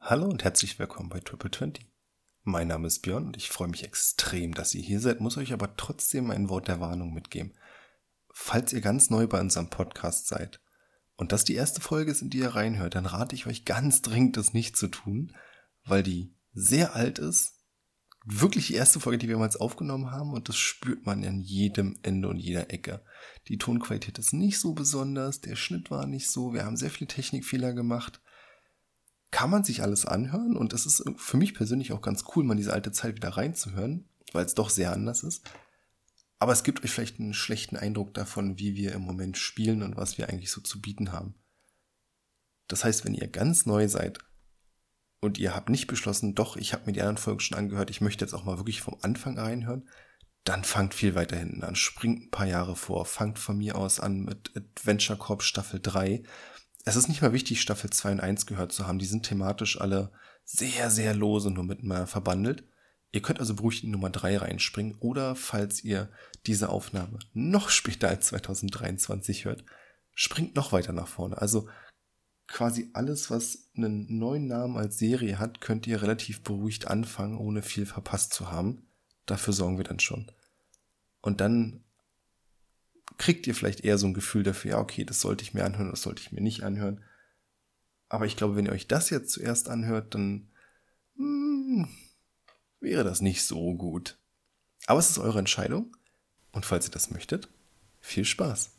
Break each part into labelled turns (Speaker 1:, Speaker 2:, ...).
Speaker 1: Hallo und herzlich willkommen bei Triple 20. Mein Name ist Björn und ich freue mich extrem, dass ihr hier seid, muss euch aber trotzdem ein Wort der Warnung mitgeben. Falls ihr ganz neu bei unserem Podcast seid und das die erste Folge ist, in die ihr reinhört, dann rate ich euch ganz dringend, das nicht zu tun, weil die sehr alt ist. Wirklich die erste Folge, die wir jemals aufgenommen haben und das spürt man an jedem Ende und jeder Ecke. Die Tonqualität ist nicht so besonders, der Schnitt war nicht so, wir haben sehr viele Technikfehler gemacht kann man sich alles anhören und es ist für mich persönlich auch ganz cool, mal diese alte Zeit wieder reinzuhören, weil es doch sehr anders ist. Aber es gibt euch vielleicht einen schlechten Eindruck davon, wie wir im Moment spielen und was wir eigentlich so zu bieten haben. Das heißt, wenn ihr ganz neu seid und ihr habt nicht beschlossen, doch, ich habe mir die anderen Folgen schon angehört, ich möchte jetzt auch mal wirklich vom Anfang reinhören, dann fangt viel weiter hinten an, springt ein paar Jahre vor, fangt von mir aus an mit Adventure Corp Staffel 3, es ist nicht mal wichtig, Staffel 2 und 1 gehört zu haben. Die sind thematisch alle sehr, sehr lose nur miteinander verbandelt. Ihr könnt also beruhigt in Nummer 3 reinspringen oder falls ihr diese Aufnahme noch später als 2023 hört, springt noch weiter nach vorne. Also quasi alles, was einen neuen Namen als Serie hat, könnt ihr relativ beruhigt anfangen, ohne viel verpasst zu haben. Dafür sorgen wir dann schon. Und dann kriegt ihr vielleicht eher so ein Gefühl dafür, ja, okay, das sollte ich mir anhören, das sollte ich mir nicht anhören. Aber ich glaube, wenn ihr euch das jetzt zuerst anhört, dann mh, wäre das nicht so gut. Aber es ist eure Entscheidung. Und falls ihr das möchtet, viel Spaß.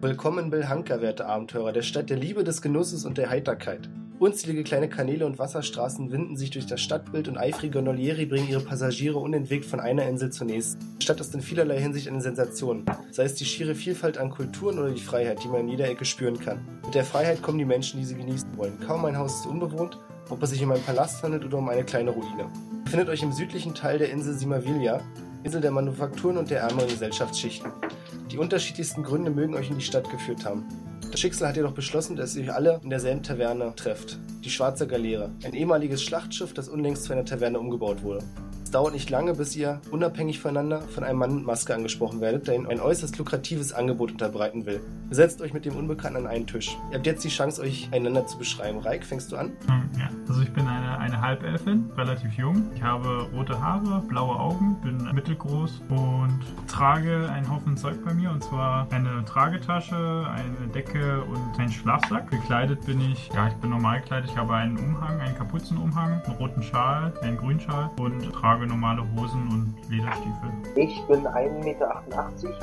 Speaker 2: Willkommen, Bill Hanker, werte Abenteurer, der Stadt der Liebe, des Genusses und der Heiterkeit. Unzählige kleine Kanäle und Wasserstraßen winden sich durch das Stadtbild und eifrige Gondolieri bringen ihre Passagiere unentwegt von einer Insel zur nächsten. Die Stadt ist in vielerlei Hinsicht eine Sensation, sei es die schiere Vielfalt an Kulturen oder die Freiheit, die man in jeder Ecke spüren kann. Mit der Freiheit kommen die Menschen, die sie genießen wollen. Kaum ein Haus ist unbewohnt, ob es sich um einen Palast handelt oder um eine kleine Ruine. Ihr findet euch im südlichen Teil der Insel Simavilla, Insel der Manufakturen und der ärmeren Gesellschaftsschichten. Die unterschiedlichsten Gründe mögen euch in die Stadt geführt haben. Das Schicksal hat jedoch beschlossen, dass ihr euch alle in derselben Taverne trefft. Die Schwarze Galeere, ein ehemaliges Schlachtschiff, das unlängst zu einer Taverne umgebaut wurde. Es dauert nicht lange, bis ihr, unabhängig voneinander, von einem Mann mit Maske angesprochen werdet, der ihnen ein äußerst lukratives Angebot unterbreiten will. Ihr setzt euch mit dem Unbekannten an einen Tisch. Ihr habt jetzt die Chance, euch einander zu beschreiben. Reik, fängst du an?
Speaker 3: Hm, Ja, also ich bin eine, eine Halbelfin, relativ jung. Ich habe rote Haare, blaue Augen, bin mittelgroß und trage einen Haufen Zeug bei mir und zwar eine Tragetasche, eine Decke und einen Schlafsack. Gekleidet bin ich, ja, ich bin normal gekleidet. Ich habe einen Umhang, einen Kapuzenumhang, einen roten Schal, einen grünen Schal und trage normale Hosen und Lederstiefel.
Speaker 4: Ich bin 1,88 Meter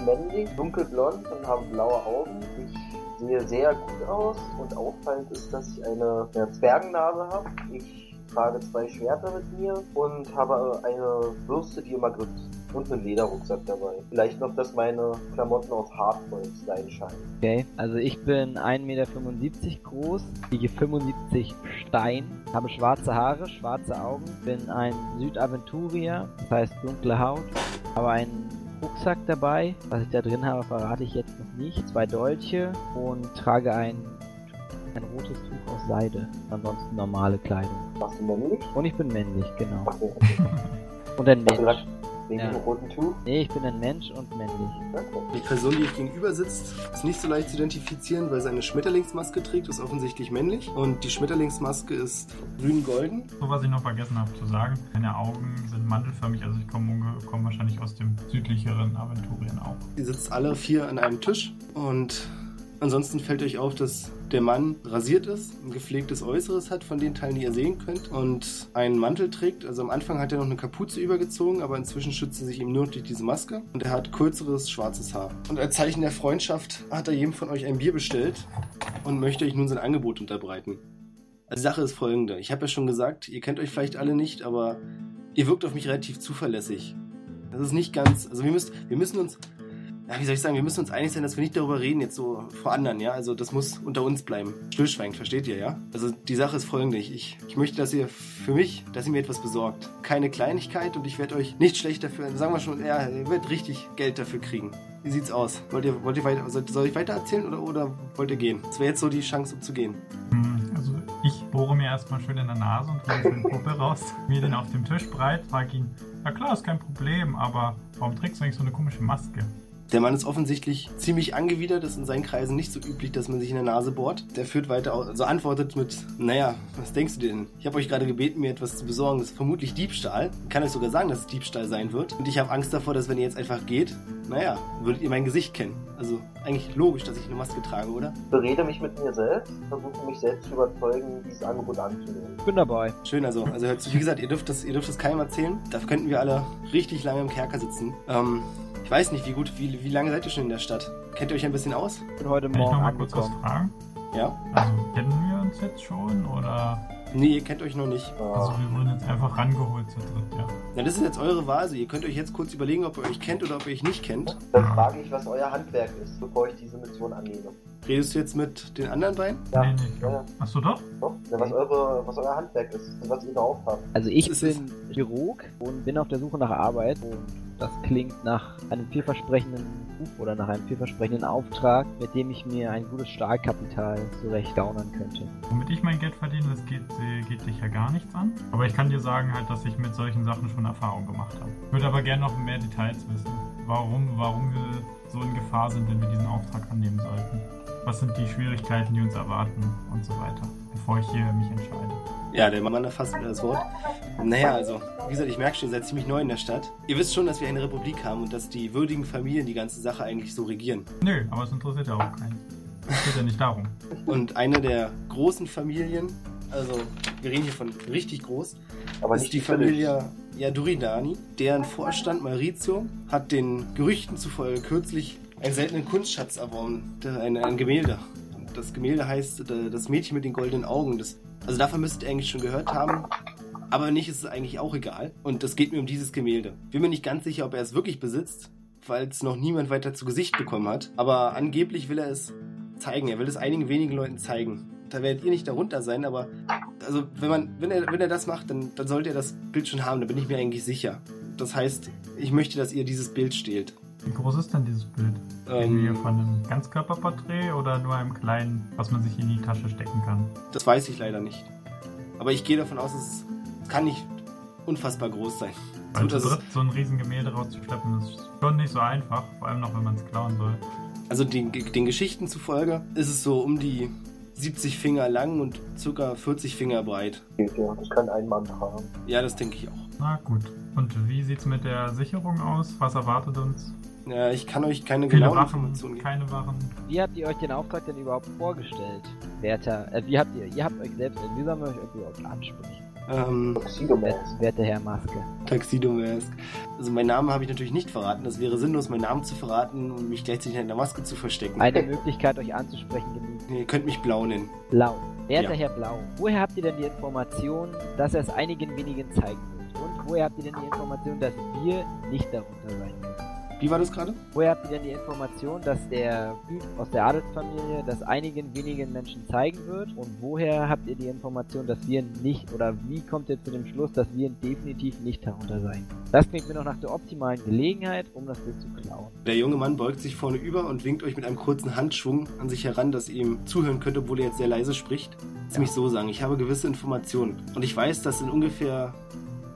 Speaker 4: männlich, dunkelblond und habe blaue Augen. Ich sehe sehr gut aus und auffallend ist, dass ich eine, eine Zwergennase habe. Ich trage zwei Schwerter mit mir und habe eine Bürste, die immer grippt. Und einen Lederrucksack dabei. Vielleicht noch, dass meine Klamotten aus Hartholz sein scheinen.
Speaker 5: Okay, also ich bin 1,75 Meter groß, wiege 75 Stein, habe schwarze Haare, schwarze Augen, bin ein Südaventurier, das heißt dunkle Haut, habe einen Rucksack dabei, was ich da drin habe, verrate ich jetzt noch nicht, zwei Dolche und trage ein, ein rotes Tuch aus Seide, ansonsten normale Kleidung.
Speaker 4: Machst du männlich?
Speaker 5: Und ich bin männlich, genau.
Speaker 4: Okay.
Speaker 5: Und ein
Speaker 4: Hast du
Speaker 5: Mensch.
Speaker 4: gesagt, wegen
Speaker 5: Ja.
Speaker 4: dem roten Tuch?
Speaker 5: Nee, ich bin ein Mensch und männlich.
Speaker 4: Okay.
Speaker 2: Die Person, die euch gegenüber sitzt, ist nicht so leicht zu identifizieren, weil sie eine Schmetterlingsmaske trägt, ist offensichtlich männlich. Und die Schmetterlingsmaske ist grün-golden
Speaker 3: So, was ich noch vergessen habe zu sagen, meine Augen sind mandelförmig, also ich komme unge- komme wahrscheinlich aus dem südlicheren Aventurien auch.
Speaker 2: Ihr sitzt alle vier an einem Tisch und ansonsten fällt euch auf, dass der Mann rasiert ist, ein gepflegtes Äußeres hat von den Teilen, die ihr sehen könnt und einen Mantel trägt. Also am Anfang hat er noch eine Kapuze übergezogen, aber inzwischen schützt er sich ihm nur durch diese Maske und er hat kürzeres schwarzes Haar. Und als Zeichen der Freundschaft hat er jedem von euch ein Bier bestellt und möchte euch nun sein Angebot unterbreiten. Also Sache ist folgende. Ich habe ja schon gesagt, ihr kennt euch vielleicht alle nicht, aber ihr wirkt auf mich relativ zuverlässig. Das ist nicht ganz. Also wir müssen, wir müssen uns. Ja, wie soll ich sagen, wir müssen uns einig sein, dass wir nicht darüber reden, jetzt so vor anderen, ja? Also das muss unter uns bleiben. Stillschweigend, versteht ihr, ja? Also die Sache ist folgende. Ich, ich möchte, dass ihr für mich, dass ihr mir etwas besorgt. Keine Kleinigkeit und ich werde euch nicht schlecht dafür, sagen wir schon, ja, ihr werdet richtig Geld dafür kriegen. Wie sieht's aus? Wollt ihr, wollt ihr weiter, soll, soll ich weiter erzählen oder, oder wollt ihr gehen? Das wäre jetzt so die Chance, um zu gehen.
Speaker 3: Hm, Also ich bohre mir erstmal schön in der Nase und hole den Puppe raus, mir den auf dem Tisch breit, frage ihn, ja klar, ist kein Problem, aber warum trägst du eigentlich so eine komische Maske?
Speaker 2: Der Mann ist offensichtlich ziemlich angewidert, ist in seinen Kreisen nicht so üblich, dass man sich in der Nase bohrt. Der führt weiter aus, also antwortet mit, naja, was denkst du dir denn? Ich habe euch gerade gebeten, mir etwas zu besorgen. Das ist vermutlich Diebstahl. Ich kann euch sogar sagen, dass es Diebstahl sein wird. Und ich habe Angst davor, dass wenn ihr jetzt einfach geht, naja, würdet ihr mein Gesicht kennen. Also eigentlich logisch, dass ich eine Maske trage, oder?
Speaker 4: Berede mich mit mir selbst, versuche mich selbst zu überzeugen, dieses Angebot anzunehmen.
Speaker 5: Ich bin dabei.
Speaker 2: Schön, also, also hört zu, wie gesagt, ihr dürft das, ihr dürft das keinem erzählen. Da könnten wir alle richtig lange im Kerker sitzen. Ähm, ich weiß nicht, wie gut, wie, wie lange seid ihr schon in der Stadt? Kennt ihr euch ein bisschen aus?
Speaker 5: Ich bin heute
Speaker 3: Kann ich
Speaker 5: Morgen
Speaker 3: nochmal kurz was
Speaker 5: angekommen.
Speaker 3: fragen?
Speaker 2: Ja?
Speaker 3: Also kennen wir uns jetzt schon oder?
Speaker 2: Nee, ihr kennt euch noch nicht.
Speaker 3: Also
Speaker 4: Ja.
Speaker 3: wir wurden jetzt einfach rangeholt zu dritt, ja.
Speaker 2: Na, das ist jetzt eure Wahl. Also, ihr könnt euch jetzt kurz überlegen, ob ihr euch kennt oder ob ihr euch nicht kennt.
Speaker 4: Dann frage ich, was euer Handwerk ist, bevor ich diese Mission annehme.
Speaker 2: Redest du jetzt mit den anderen beiden?
Speaker 4: Ja.
Speaker 3: Nee, nee, ich
Speaker 4: Ja,
Speaker 3: glaub. Achso doch?
Speaker 4: doch. Na, was, eure, was euer Handwerk ist und was ihr drauf habt.
Speaker 5: Also ich
Speaker 2: Es ist-
Speaker 5: bin Chirurg und bin auf der Suche nach Arbeit und das klingt nach einem vielversprechenden Ruf oder nach einem vielversprechenden Auftrag, mit dem ich mir ein gutes Stahlkapital zurechtdaunern könnte.
Speaker 3: Womit ich mein Geld verdiene, das geht, äh, geht dich ja gar nichts an. Aber ich kann dir sagen halt, dass ich mit solchen Sachen schon Erfahrung gemacht habe. Ich würde aber gerne noch mehr Details wissen. Warum, warum wir so in Gefahr sind, wenn wir diesen Auftrag annehmen sollten. Was sind die Schwierigkeiten, die uns erwarten und so weiter, bevor ich hier mich entscheide.
Speaker 2: Ja, der Mann erfasst wieder das Wort. Naja, also, wie gesagt, ich merke schon, ihr seid ziemlich neu in der Stadt. Ihr wisst schon, dass wir eine Republik haben und dass die würdigen Familien die ganze Sache eigentlich so regieren.
Speaker 3: Nö, aber es interessiert ja auch keinen. Es geht ja nicht darum.
Speaker 2: Und eine der großen Familien, also, wir reden hier von richtig groß,
Speaker 4: Aber
Speaker 2: ist
Speaker 4: nicht
Speaker 2: die
Speaker 4: völlig.
Speaker 2: Familie Yaduridani, deren Vorstand Maurizio hat den Gerüchten zufolge kürzlich einen seltenen Kunstschatz erworben, der- ein, ein Gemälde. Und das Gemälde heißt äh, Das Mädchen mit den goldenen Augen. Das, also davon müsstet ihr eigentlich schon gehört haben. Aber nicht, ist es eigentlich auch egal. Und es geht mir um dieses Gemälde. Bin mir nicht ganz sicher, ob er es wirklich besitzt, weil es noch niemand weiter zu Gesicht bekommen hat. Aber angeblich will er es zeigen. Er will es einigen wenigen Leuten zeigen. Da werdet ihr nicht darunter sein, aber also wenn man, wenn er, wenn er das macht, dann, dann sollte er das Bild schon haben, da bin ich mir eigentlich sicher. Das heißt, ich möchte, dass ihr dieses Bild stehlt.
Speaker 3: Wie groß ist denn dieses Bild? Reden wir
Speaker 2: Ähm,
Speaker 3: von einem Ganzkörperporträt oder nur einem kleinen, was man sich in die Tasche stecken kann?
Speaker 2: das weiß ich leider nicht. Aber ich gehe davon aus, es, es kann nicht unfassbar groß sein.
Speaker 3: Weil
Speaker 2: Gut,
Speaker 3: zu
Speaker 2: also-
Speaker 3: dritt so ein Riesengemälde rauszuschleppen, ist schon nicht so einfach, vor allem noch, wenn man es klauen soll.
Speaker 2: Also den, den Geschichten zufolge ist es so um die 70 Finger lang und circa 40 Finger breit.
Speaker 4: Geht, ja. Ich kann einen Mann tragen.
Speaker 2: Ja, das denke ich auch.
Speaker 3: Na gut. Und wie sieht's mit der Sicherung aus? Was erwartet uns?
Speaker 2: Ja, ich kann euch keine
Speaker 3: Viele
Speaker 2: genauen
Speaker 3: Wachen,
Speaker 2: Informationen geben.
Speaker 3: keine Wachen.
Speaker 5: Wie habt ihr euch den Auftrag denn überhaupt vorgestellt, werter? Äh, wie habt ihr, ihr habt euch selbst, wie sollen wir euch überhaupt ansprechen?
Speaker 2: Ähm,
Speaker 4: Tuxedo-Mask.
Speaker 5: Wer- Werter Herr Maske.
Speaker 2: Tuxedo Mask. Also meinen Namen habe ich natürlich nicht verraten. Das wäre sinnlos, meinen Namen zu verraten und mich gleichzeitig in der Maske zu verstecken.
Speaker 5: Eine Möglichkeit, euch anzusprechen, genügt.
Speaker 2: Ihr könnt mich blau nennen.
Speaker 5: Blau. Werter
Speaker 2: Ja.
Speaker 5: Herr Blau, woher habt ihr denn die Information, dass er es einigen wenigen zeigen wird? Und woher habt ihr denn die Information, dass wir nicht darunter sein können?
Speaker 2: Wie war das gerade?
Speaker 5: Woher habt ihr denn die Information, dass der Typ aus der Adelsfamilie das einigen wenigen Menschen zeigen wird? Und woher habt ihr die Information, dass wir nicht, oder wie kommt ihr zu dem Schluss, dass wir definitiv nicht darunter sein können? Das klingt mir noch nach der optimalen Gelegenheit, um das Bild zu klauen.
Speaker 2: Der junge Mann beugt sich vorne über und winkt euch mit einem kurzen Handschwung an sich heran, dass ihr ihm zuhören könnt, obwohl er jetzt sehr leise spricht. Lass mich so sagen, ich habe gewisse Informationen. Und ich weiß, dass in ungefähr,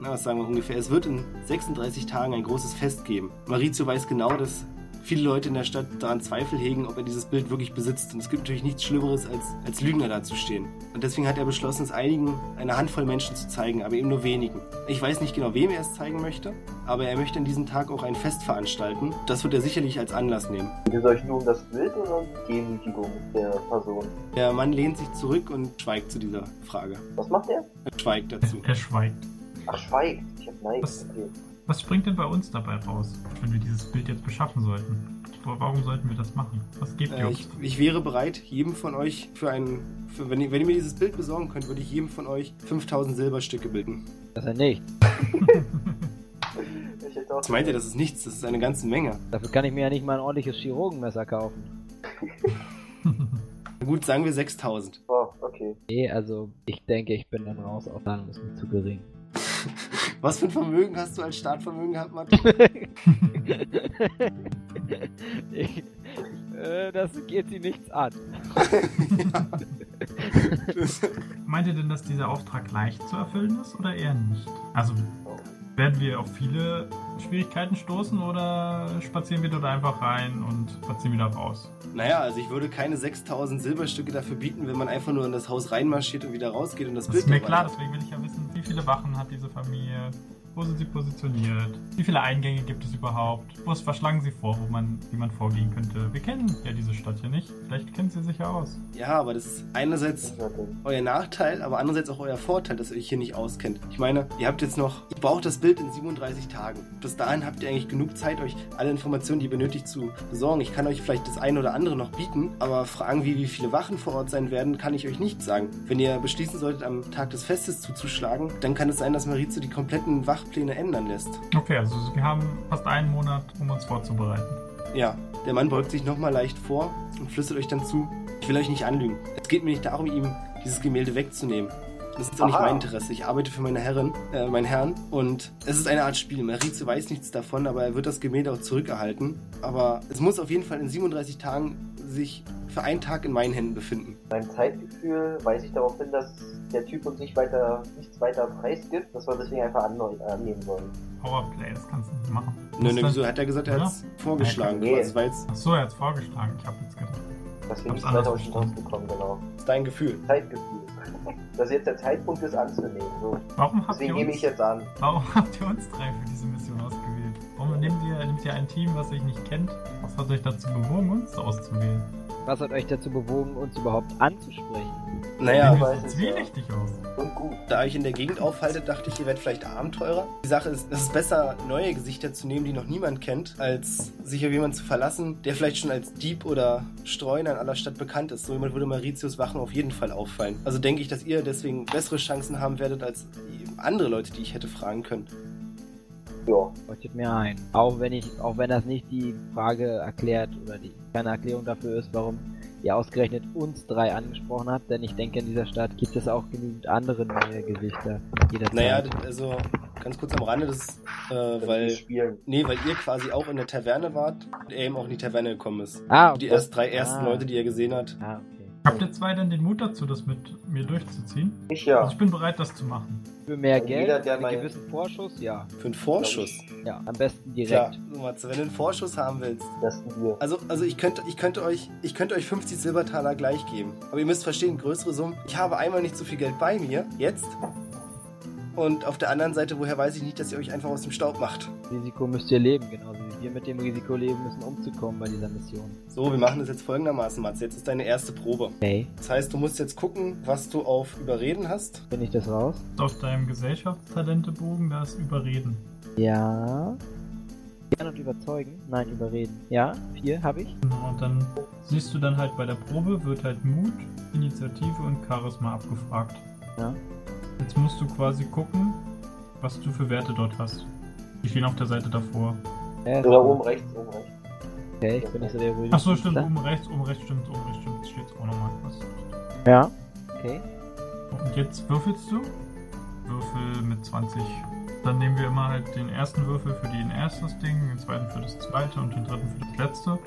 Speaker 2: na was sagen wir ungefähr, es wird in 36 Tagen ein großes Fest geben. Maurizio weiß genau, dass viele Leute in der Stadt daran Zweifel hegen, ob er dieses Bild wirklich besitzt. Und es gibt natürlich nichts Schlimmeres, als, als Lügner dazustehen. Und deswegen hat er beschlossen, es einigen, einer Handvoll Menschen zu zeigen, aber eben nur wenigen. Ich weiß nicht genau, wem er es zeigen möchte, aber er möchte an diesem Tag auch ein Fest veranstalten. Das wird er sicherlich als Anlass nehmen.
Speaker 4: Geht es euch nur um das Bild oder um die Demütigung der Person?
Speaker 2: Der Mann lehnt sich zurück und schweigt zu dieser Frage.
Speaker 4: Was macht er?
Speaker 2: Er schweigt dazu.
Speaker 3: Er schweigt.
Speaker 4: Ach, schweigt. Ich hab Nein.
Speaker 3: Was?
Speaker 4: Okay.
Speaker 3: Was springt denn bei uns dabei raus, wenn wir dieses Bild jetzt beschaffen sollten? Aber warum sollten wir das machen? Was gebt ihr
Speaker 2: Äh,
Speaker 3: uns?
Speaker 2: ich, ich wäre bereit, jedem von euch für einen. Für, wenn, ihr, wenn ihr mir dieses Bild besorgen könnt, würde ich jedem von euch 5000 Silberstücke bilden.
Speaker 5: Das ist ja nicht.
Speaker 4: Ich hätte auch
Speaker 2: Was meint ihr, das ist nichts, das ist eine ganze Menge.
Speaker 5: Dafür kann ich mir ja nicht mal ein ordentliches Chirurgenmesser kaufen.
Speaker 2: Na Gut, sagen wir 6000.
Speaker 4: Oh, okay.
Speaker 5: Nee, also ich denke, ich bin dann raus. Auch dann ist mir zu gering.
Speaker 2: Was für ein Vermögen hast du als Startvermögen gehabt, Matt?
Speaker 5: ich, äh, das geht sie nichts an.
Speaker 3: Meint ihr denn, dass dieser Auftrag leicht zu erfüllen ist oder eher nicht? Also
Speaker 4: Oh,
Speaker 3: werden wir auf viele Schwierigkeiten stoßen oder spazieren wir dort einfach rein und spazieren wieder raus?
Speaker 2: naja, also ich würde keine 6000 Silberstücke dafür bieten, wenn man einfach nur in das Haus reinmarschiert und wieder rausgeht und das,
Speaker 3: Das
Speaker 2: Bild
Speaker 3: ist mir
Speaker 2: dabei
Speaker 3: klar,
Speaker 2: hat.
Speaker 3: deswegen will ich ja wissen, wie viele Wachen hat diese Familie? Wo sind sie positioniert? Wie viele Eingänge gibt es überhaupt? Was verschlagen sie vor, wo man, wie man vorgehen könnte? Wir kennen ja diese Stadt hier nicht. Vielleicht kennen sie sich ja aus.
Speaker 2: Ja, aber das ist einerseits
Speaker 4: Sicherlich.
Speaker 2: euer Nachteil, aber andererseits auch euer Vorteil, dass ihr euch hier nicht auskennt. Ich meine, ihr habt jetzt noch, ihr braucht das Bild in 37 Tagen. Bis dahin habt ihr eigentlich genug Zeit, euch alle Informationen, die ihr benötigt, zu besorgen. Ich kann euch vielleicht das eine oder andere noch bieten, aber Fragen wie, wie viele Wachen vor Ort sein werden, kann ich euch nicht sagen. Wenn ihr beschließen solltet, am Tag des Festes zuzuschlagen, dann kann es sein, dass Marizo die kompletten Wachpläne ändern lässt.
Speaker 3: Okay, also wir haben fast einen Monat, um uns vorzubereiten.
Speaker 2: Ja, der Mann beugt sich nochmal leicht vor und flüstert euch dann zu, ich will euch nicht anlügen. Es geht mir nicht darum, ihm dieses Gemälde wegzunehmen. Das ist auch nicht
Speaker 4: Aha.
Speaker 2: mein Interesse. Ich arbeite für meine Herrin, äh, meinen Herrn und es ist eine Art Spiel. Marize weiß nichts davon, aber er wird das Gemälde auch zurückerhalten. Aber es muss auf jeden Fall in 37 Tagen sich für einen Tag in meinen Händen befinden.
Speaker 4: Beim Zeitgefühl weise ich darauf hin, dass der Typ uns nicht weiter, nichts weiter preisgibt, dass wir deswegen einfach anneu- annehmen sollen.
Speaker 3: Powerplay, das kannst du nicht machen.
Speaker 2: Nö,
Speaker 3: Was
Speaker 2: nö,
Speaker 3: denn?
Speaker 2: wieso hat er gesagt, er
Speaker 3: Ja.
Speaker 2: hat es vorgeschlagen.
Speaker 4: Nee.
Speaker 2: Das war jetzt
Speaker 3: Ach so, er hat vorgeschlagen. Ich habe jetzt gedacht.
Speaker 4: Dass wir
Speaker 3: Hab's
Speaker 4: nicht
Speaker 3: anders
Speaker 4: weiter aus dem
Speaker 3: verstanden.
Speaker 4: Haus gekommen, genau.
Speaker 2: dein Gefühl.
Speaker 4: Zeitgefühl. Dass jetzt der Zeitpunkt ist anzunehmen. So.
Speaker 3: Warum habt ihr
Speaker 4: Deswegen nehme
Speaker 3: uns
Speaker 4: ich jetzt an.
Speaker 3: Warum habt ihr uns drei für diese Mission ausgewählt? Warum nehmt ihr, nehmt ihr ein Team, was euch nicht kennt? Was hat euch dazu bewogen, uns auszuwählen?
Speaker 5: Was hat euch dazu bewogen, uns überhaupt anzusprechen?
Speaker 2: Naja,
Speaker 4: Ja,
Speaker 3: Sehen wir
Speaker 4: weiß
Speaker 3: so
Speaker 4: ich,
Speaker 3: zwielichtig aus.
Speaker 4: Und gut.
Speaker 2: Da ihr euch in der Gegend aufhaltet, dachte ich, ihr werdet vielleicht Abenteurer. Die Sache ist, es ist besser, neue Gesichter zu nehmen, die noch niemand kennt, als sich auf jemanden zu verlassen, der vielleicht schon als Dieb oder Streuner in aller Stadt bekannt ist. So jemand würde Mauritius Wachen auf jeden Fall auffallen. Also denke ich, dass ihr deswegen bessere Chancen haben werdet als andere Leute, die ich hätte fragen können.
Speaker 4: Ja.
Speaker 5: Leuchtet mir ein. Auch wenn ich, auch wenn das nicht die Frage erklärt oder die keine Erklärung dafür ist, warum ihr ausgerechnet uns drei angesprochen habt, denn ich denke in dieser Stadt gibt es auch genügend andere neue Gesichter jederzeit.
Speaker 2: Naja, d- also ganz kurz am Rande, das ist, äh,
Speaker 4: dass wir
Speaker 2: weil...
Speaker 4: spielen.
Speaker 2: Nee, weil ihr quasi auch in der Taverne wart und er eben auch in die Taverne gekommen ist.
Speaker 5: ah,
Speaker 2: Die erst drei ersten
Speaker 5: Ah.
Speaker 2: Leute, die er gesehen hat.
Speaker 5: ah, okay.
Speaker 3: Habt ihr zwei denn den Mut dazu, das mit mir durchzuziehen? Also
Speaker 4: Ich ja.
Speaker 3: Ich bin bereit, das zu machen.
Speaker 5: Für mehr
Speaker 4: Also
Speaker 5: Geld,
Speaker 4: jeder, der
Speaker 5: für
Speaker 4: mal-
Speaker 5: einen gewissen Vorschuss, ja.
Speaker 2: Für einen Vorschuss.
Speaker 5: Ja, am besten
Speaker 2: Tja,
Speaker 5: direkt.
Speaker 2: so, Matze, wenn du einen Vorschuss haben willst.
Speaker 4: Das wir.
Speaker 2: Also, also ich, könnte, ich, könnte euch, ich könnte euch 50 Silbertaler gleich geben. Aber ihr müsst verstehen, größere Summen. Ich habe einmal nicht so viel Geld bei mir, jetzt. Und auf der anderen Seite, woher weiß ich nicht, dass ihr euch einfach aus dem Staub macht?
Speaker 5: Risiko müsst ihr leben, genauso wie wir mit dem Risiko leben müssen, umzukommen bei dieser Mission.
Speaker 2: So, wir machen das jetzt folgendermaßen, Matze. Jetzt ist deine erste Probe.
Speaker 5: Okay,
Speaker 2: Das heißt, du musst jetzt gucken, was du auf Überreden hast.
Speaker 5: bin ich das raus?
Speaker 3: Auf deinem Gesellschaftstalentebogen, da ist Überreden.
Speaker 5: Ja. Gern und überzeugen? Nein, überreden. Ja, vier habe ich.
Speaker 3: Genau, und dann siehst du dann halt bei der Probe, wird halt Mut, Initiative und Charisma abgefragt.
Speaker 5: Ja.
Speaker 3: Jetzt musst du quasi gucken, was du für Werte dort hast. Die stehen auf der Seite davor.
Speaker 5: Äh,
Speaker 4: Oder oben rechts, oben rechts.
Speaker 5: Okay, ich bin nicht so der ruhige.
Speaker 3: Ach so, stimmt,
Speaker 5: Künstler.
Speaker 3: oben rechts, oben rechts, stimmt, oben rechts, stimmt. Steht auch nochmal was.
Speaker 5: Ja. Okay.
Speaker 3: Und jetzt würfelst du? Würfel mit 20. Dann nehmen wir immer halt den ersten Würfel für den erstes Ding, den zweiten für das zweite und den dritten für das letzte.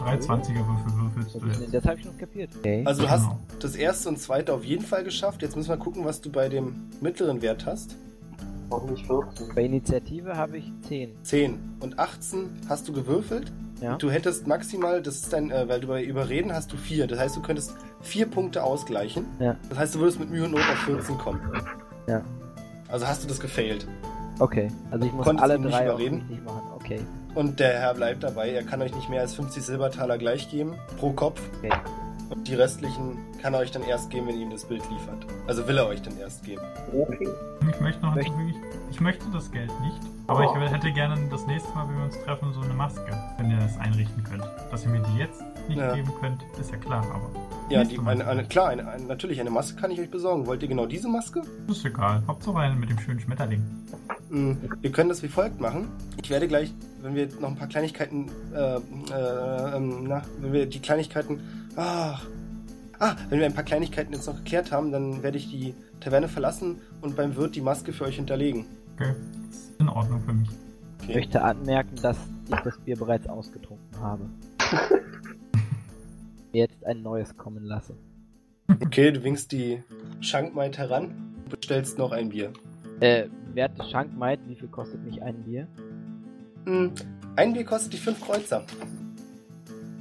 Speaker 3: Drei 20er Würfel
Speaker 5: also
Speaker 3: würfelst du jetzt.
Speaker 5: Das habe ich noch kapiert. Okay.
Speaker 2: Also du hast
Speaker 3: Genau.
Speaker 2: das erste und zweite auf jeden Fall geschafft. Jetzt müssen wir gucken, was du bei dem mittleren Wert hast.
Speaker 4: Hoffentlich 14.
Speaker 2: Also-
Speaker 5: Bei Initiative habe ich 10.
Speaker 2: 10 und 18 hast du gewürfelt.
Speaker 5: Ja.
Speaker 2: Du hättest maximal, das ist dein, äh, weil du bei Überreden hast du vier. Das heißt, du könntest vier Punkte ausgleichen.
Speaker 5: Ja.
Speaker 2: Das heißt, du würdest mit Mühe und Not auf 14 kommen.
Speaker 5: Ja.
Speaker 2: Also hast du das gefailt.
Speaker 5: Okay. Also ich muss
Speaker 2: Konntest
Speaker 5: alle
Speaker 2: ihn nicht
Speaker 5: drei auch
Speaker 2: überreden?
Speaker 5: richtig machen. Okay.
Speaker 2: Und der Herr bleibt dabei. Er kann euch nicht mehr als 50 Silbertaler gleich geben pro Kopf.
Speaker 5: Okay.
Speaker 2: Und die restlichen kann er euch dann erst geben, wenn ihr ihm das Bild liefert. Also will er euch dann erst geben.
Speaker 4: Okay.
Speaker 3: Ich möchte noch
Speaker 5: Möcht-
Speaker 3: wirklich, ich möchte das Geld nicht, aber ich hätte gerne das nächste Mal, wenn wir uns treffen, so eine Maske, wenn ihr das einrichten könnt. Dass ihr mir die jetzt nicht
Speaker 2: Ja.
Speaker 3: geben könnt, ist ja klar, aber
Speaker 2: Ja,
Speaker 5: Hm.
Speaker 3: Nächste
Speaker 2: die,
Speaker 3: Mal.
Speaker 2: eine, eine, klar, eine, eine, natürlich, eine Maske kann ich euch besorgen. Wollt ihr genau diese Maske?
Speaker 3: ist egal. Hauptsache eine mit dem schönen Schmetterling.
Speaker 2: Mm, Wir können das wie folgt machen. Ich werde gleich, wenn wir noch ein paar Kleinigkeiten, äh, äh, ähm, na, wenn wir die Kleinigkeiten, ach, ah, wenn wir ein paar Kleinigkeiten jetzt noch geklärt haben, dann werde ich die Taverne verlassen und beim Wirt die Maske für euch hinterlegen.
Speaker 3: Okay, ist in Ordnung für mich.
Speaker 5: Ich möchte anmerken, dass ich das Bier bereits ausgetrunken habe. Jetzt ein neues kommen lasse.
Speaker 2: Okay, du winkst die Schankmaid heran und bestellst noch ein Bier.
Speaker 5: Äh, werte Schankmaid, wie viel kostet mich ein Bier?
Speaker 2: Mm, Ein Bier kostet die fünf Kreuzer.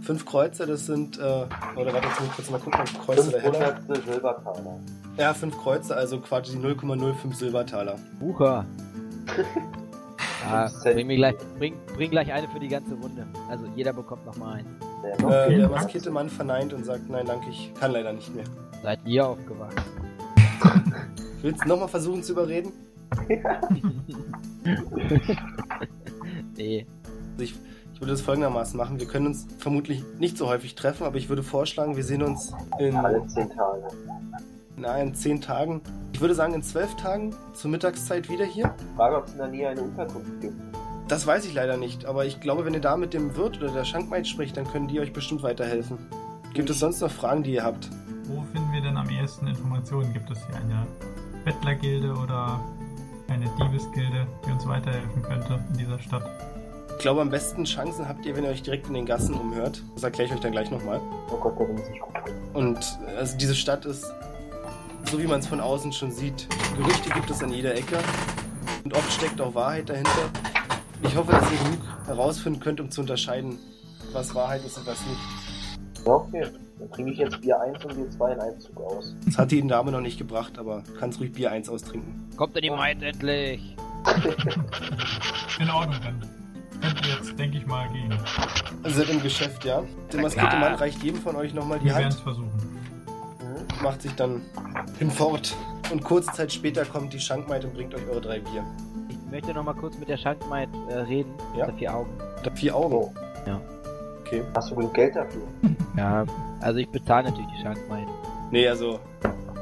Speaker 2: Fünf Kreuzer, das sind, äh, oder warte, jetzt muss ich kurz mal gucken, ob Kreuzer da hätte.
Speaker 4: 500. Silbertaler.
Speaker 2: Ja, fünf Kreuzer, also quasi 0,05 Silbertaler.
Speaker 5: Bucher! Ja,
Speaker 4: Fünf Cent.
Speaker 5: bring, mir gleich, bring, bring gleich eine für die ganze Runde. Also jeder bekommt nochmal eins.
Speaker 4: Der
Speaker 2: Äh, der
Speaker 3: vielen Dank.
Speaker 2: maskierte Mann verneint und sagt, nein, danke, ich kann leider nicht mehr.
Speaker 5: Seid ihr aufgewachsen?
Speaker 2: Willst du nochmal versuchen zu überreden?
Speaker 5: Nee.
Speaker 2: Also ich, ich würde das folgendermaßen machen. Wir können uns vermutlich nicht so häufig treffen, aber ich würde vorschlagen, wir sehen uns in,
Speaker 4: alle 10 Tage.
Speaker 2: na, in zehn Tagen. Ich würde sagen, in zwölf Tagen zur Mittagszeit wieder hier.
Speaker 4: Frage, ob es in der Nähe eine Unterkunft gibt.
Speaker 2: Das weiß ich leider nicht, aber ich glaube, wenn ihr da mit dem Wirt oder der Schankmaid spricht, dann können die euch bestimmt weiterhelfen. Gibt es sonst noch Fragen, die ihr habt?
Speaker 3: Wo finden wir denn am ehesten Informationen? Gibt es hier eine Bettlergilde oder eine Diebesgilde, die uns weiterhelfen könnte in dieser Stadt?
Speaker 2: Ich glaube, am besten Chancen habt ihr, wenn ihr euch direkt in den Gassen umhört. Das erkläre ich euch dann gleich nochmal.
Speaker 4: Oh Gott, der nimmt sich gut.
Speaker 2: Und äh, also diese Stadt ist, so wie man es von außen schon sieht, Gerüchte gibt es an jeder Ecke. Und oft steckt auch Wahrheit dahinter. Ich hoffe, dass ihr genug herausfinden könnt, um zu unterscheiden, was Wahrheit ist und was nicht.
Speaker 4: Ja, okay. Dann trinke ich jetzt Bier 1 und Bier 2 in einem Zug aus.
Speaker 2: Das hat die Dame noch nicht gebracht, aber kannst ruhig Bier 1 austrinken.
Speaker 5: Kommt denn die Maid endlich?
Speaker 3: In Ordnung, dann könnt ihr jetzt, denke ich mal, gehen.
Speaker 2: Also seid im Geschäft, ja? Der maskierte Mann reicht jedem von euch nochmal die
Speaker 3: Wir werden es
Speaker 2: Hand,
Speaker 3: versuchen.
Speaker 4: Mhm.
Speaker 2: macht sich dann hinfort. Und kurze Zeit später kommt die Schankmaid und bringt euch eure drei Bier.
Speaker 5: Ich möchte nochmal kurz mit der Schankmaid äh, reden.
Speaker 2: Ja.
Speaker 5: Mit vier Augen.
Speaker 2: Da vier Augen.
Speaker 5: Ja.
Speaker 2: Okay.
Speaker 4: Hast du genug Geld dafür?
Speaker 5: Ja. Also ich bezahle natürlich die Schankmaid.
Speaker 2: Nee, also,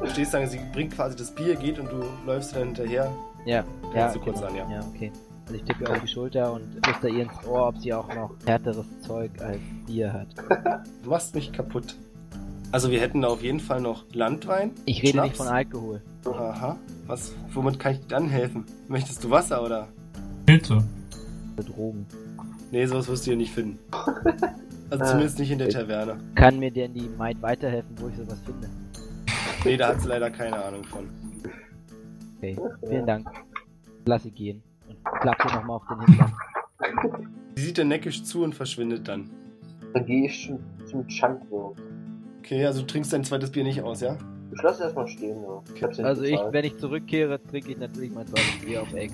Speaker 2: du stehst sagen, sie bringt quasi das Bier, geht und du läufst dann hinterher.
Speaker 5: Ja,
Speaker 2: Kannst
Speaker 5: ja,
Speaker 2: du kurz
Speaker 5: genau.
Speaker 2: an, ja.
Speaker 5: okay. Also ich tippe ihr auf die Schulter und flüster ihr ins Ohr, ob sie auch noch härteres Zeug als Bier hat.
Speaker 2: Du machst mich kaputt. Also, wir hätten da auf jeden Fall noch Landwein.
Speaker 5: Ich rede nicht
Speaker 2: Schnaps.
Speaker 5: von Alkohol.
Speaker 2: Aha. Was, womit kann ich dir dann helfen? Möchtest du Wasser oder?
Speaker 3: Pilze.
Speaker 5: Für Drogen.
Speaker 2: Nee, sowas wirst du hier nicht finden. Also,
Speaker 4: Ah.
Speaker 2: zumindest nicht in der Taverne.
Speaker 5: Kann mir denn die Maid weiterhelfen, wo ich sowas finde?
Speaker 2: Nee, da hat sie leider keine Ahnung von.
Speaker 5: Okay, vielen Dank. Lass sie gehen. Und klappe ihr nochmal auf den Hintern.
Speaker 2: Sie sieht dir neckisch zu und verschwindet dann.
Speaker 4: Dann gehe ich schon zum Schankwirt.
Speaker 2: Okay, also du trinkst dein zweites Bier nicht aus, ja?
Speaker 4: Ich lasse erstmal stehen, ja. Ich hab's ja nicht
Speaker 5: Also ich,
Speaker 4: bezahlt.
Speaker 5: wenn ich zurückkehre, trinke ich natürlich mein zweites Bier auf Ex.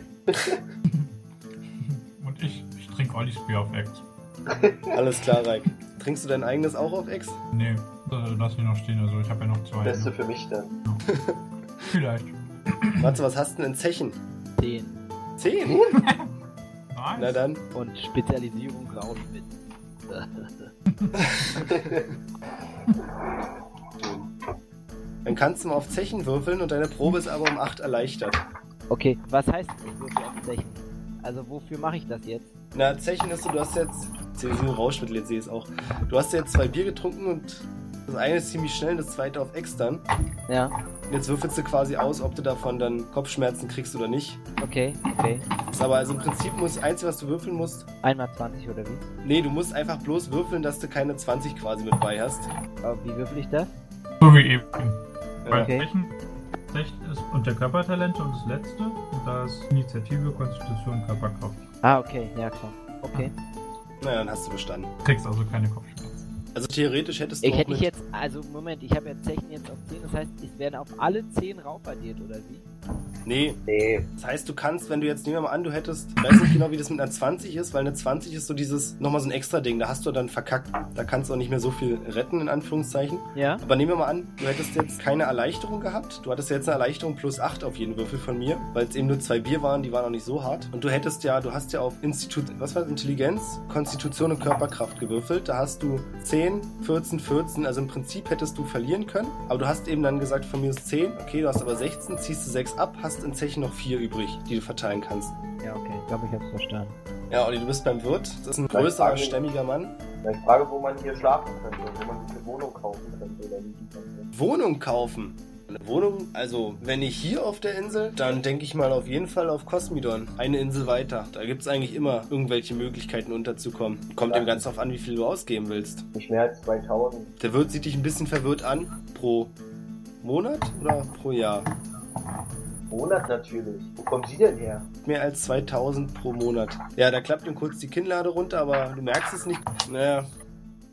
Speaker 3: Und ich, ich trinke Ollis Bier auf Ex.
Speaker 2: Alles klar, Raik. Trinkst du dein eigenes auch auf Ex?
Speaker 3: Nee, äh, lass mich noch stehen, also ich habe ja noch zwei.
Speaker 4: Beste
Speaker 3: Ne?
Speaker 4: für mich dann.
Speaker 3: Vielleicht.
Speaker 2: Warte, was hast du denn in Zechen?
Speaker 5: 10.
Speaker 2: Zehn?
Speaker 3: Nice.
Speaker 2: Na dann.
Speaker 5: Und Spezialisierung Rauschmittel.
Speaker 2: Dann kannst du mal auf Zechen würfeln und deine Probe ist aber um 8 erleichtert.
Speaker 5: Okay, was heißt das so für Abzeichen? Also wofür mache ich das jetzt?
Speaker 2: Na, Zechen ist so, du hast jetzt. Sie sind Rauschmittel, jetzt sehe ich es auch. Du hast jetzt zwei Bier getrunken und das eine ist ziemlich schnell, das zweite auf extern.
Speaker 5: Ja,
Speaker 2: Jetzt würfelst du quasi aus, ob du davon dann Kopfschmerzen kriegst oder nicht.
Speaker 5: okay, okay.
Speaker 2: Ist aber also im Prinzip muss das Einzige, was du würfeln musst.
Speaker 5: Einmal 20 oder wie?
Speaker 2: Nee, du musst einfach bloß würfeln, dass du keine 20 quasi mit bei hast.
Speaker 5: Aber Äh, wie würfel ich das?
Speaker 3: So wie eben. Bei
Speaker 5: Okay.
Speaker 3: Zechen, Zechen ist unter Körpertalente und das letzte. Und da ist Initiative, Konstitution, Körperkraft.
Speaker 5: Ah, okay, ja klar. Okay.
Speaker 2: Naja, dann hast du bestanden.
Speaker 3: Du kriegst also keine Kopfschmerzen.
Speaker 2: Also theoretisch hättest du
Speaker 5: Ich
Speaker 2: auch
Speaker 5: hätte ich
Speaker 2: mit,
Speaker 5: jetzt, also Moment, ich habe jetzt Zechen jetzt auf 10, das heißt, es werden auf alle 10 raufaddiert, oder wie?
Speaker 2: Nee,
Speaker 4: Nee,
Speaker 2: das heißt, du kannst, wenn du jetzt, nehmen wir mal an, du hättest, ich weiß nicht genau, wie das mit einer 20 ist, weil eine 20 ist so dieses, nochmal so ein extra Ding, da hast du dann verkackt. Da kannst du auch nicht mehr so viel retten, in Anführungszeichen.
Speaker 5: Ja?
Speaker 2: Aber nehmen wir mal an, du hättest jetzt keine Erleichterung gehabt. Du hattest jetzt eine Erleichterung plus 8 auf jeden Würfel von mir, weil es eben nur zwei Bier waren, die waren auch nicht so hart. Und du hättest ja, du hast ja auf Institut, was war das? Intelligenz, Konstitution und Körperkraft gewürfelt. Da hast du 10, 14, 14. Also im Prinzip hättest du verlieren können. Aber du hast eben dann gesagt, von mir ist 10. Okay, du hast aber 16, ziehst du 6 ab, hast in Zechen noch 4 übrig, die du verteilen kannst.
Speaker 5: Ja, okay. Ich glaube, ich hab's verstanden.
Speaker 2: Ja, Olli, du bist beim Wirt. Das ist ein größerer, stämmiger Mann.
Speaker 4: na, ich frage, wo man hier schlafen könnte, wo man eine Wohnung kaufen könnte oder liegen könnte.
Speaker 2: Wohnung kaufen. Eine Wohnung, also wenn nicht hier auf der Insel, dann denke ich mal auf jeden Fall auf Kosmidon. Eine Insel weiter. Da gibt es eigentlich immer irgendwelche Möglichkeiten unterzukommen. Kommt dem ganz drauf an, wie viel du ausgeben willst.
Speaker 4: Nicht mehr als 2000.
Speaker 2: Der Wirt sieht dich ein bisschen verwirrt an. Pro Monat oder pro Jahr?
Speaker 4: Monat natürlich. Wo kommen Sie denn her?
Speaker 2: Mehr als 2000 pro Monat. Ja, da klappt ihm kurz die Kinnlade runter, aber du merkst es nicht. Naja.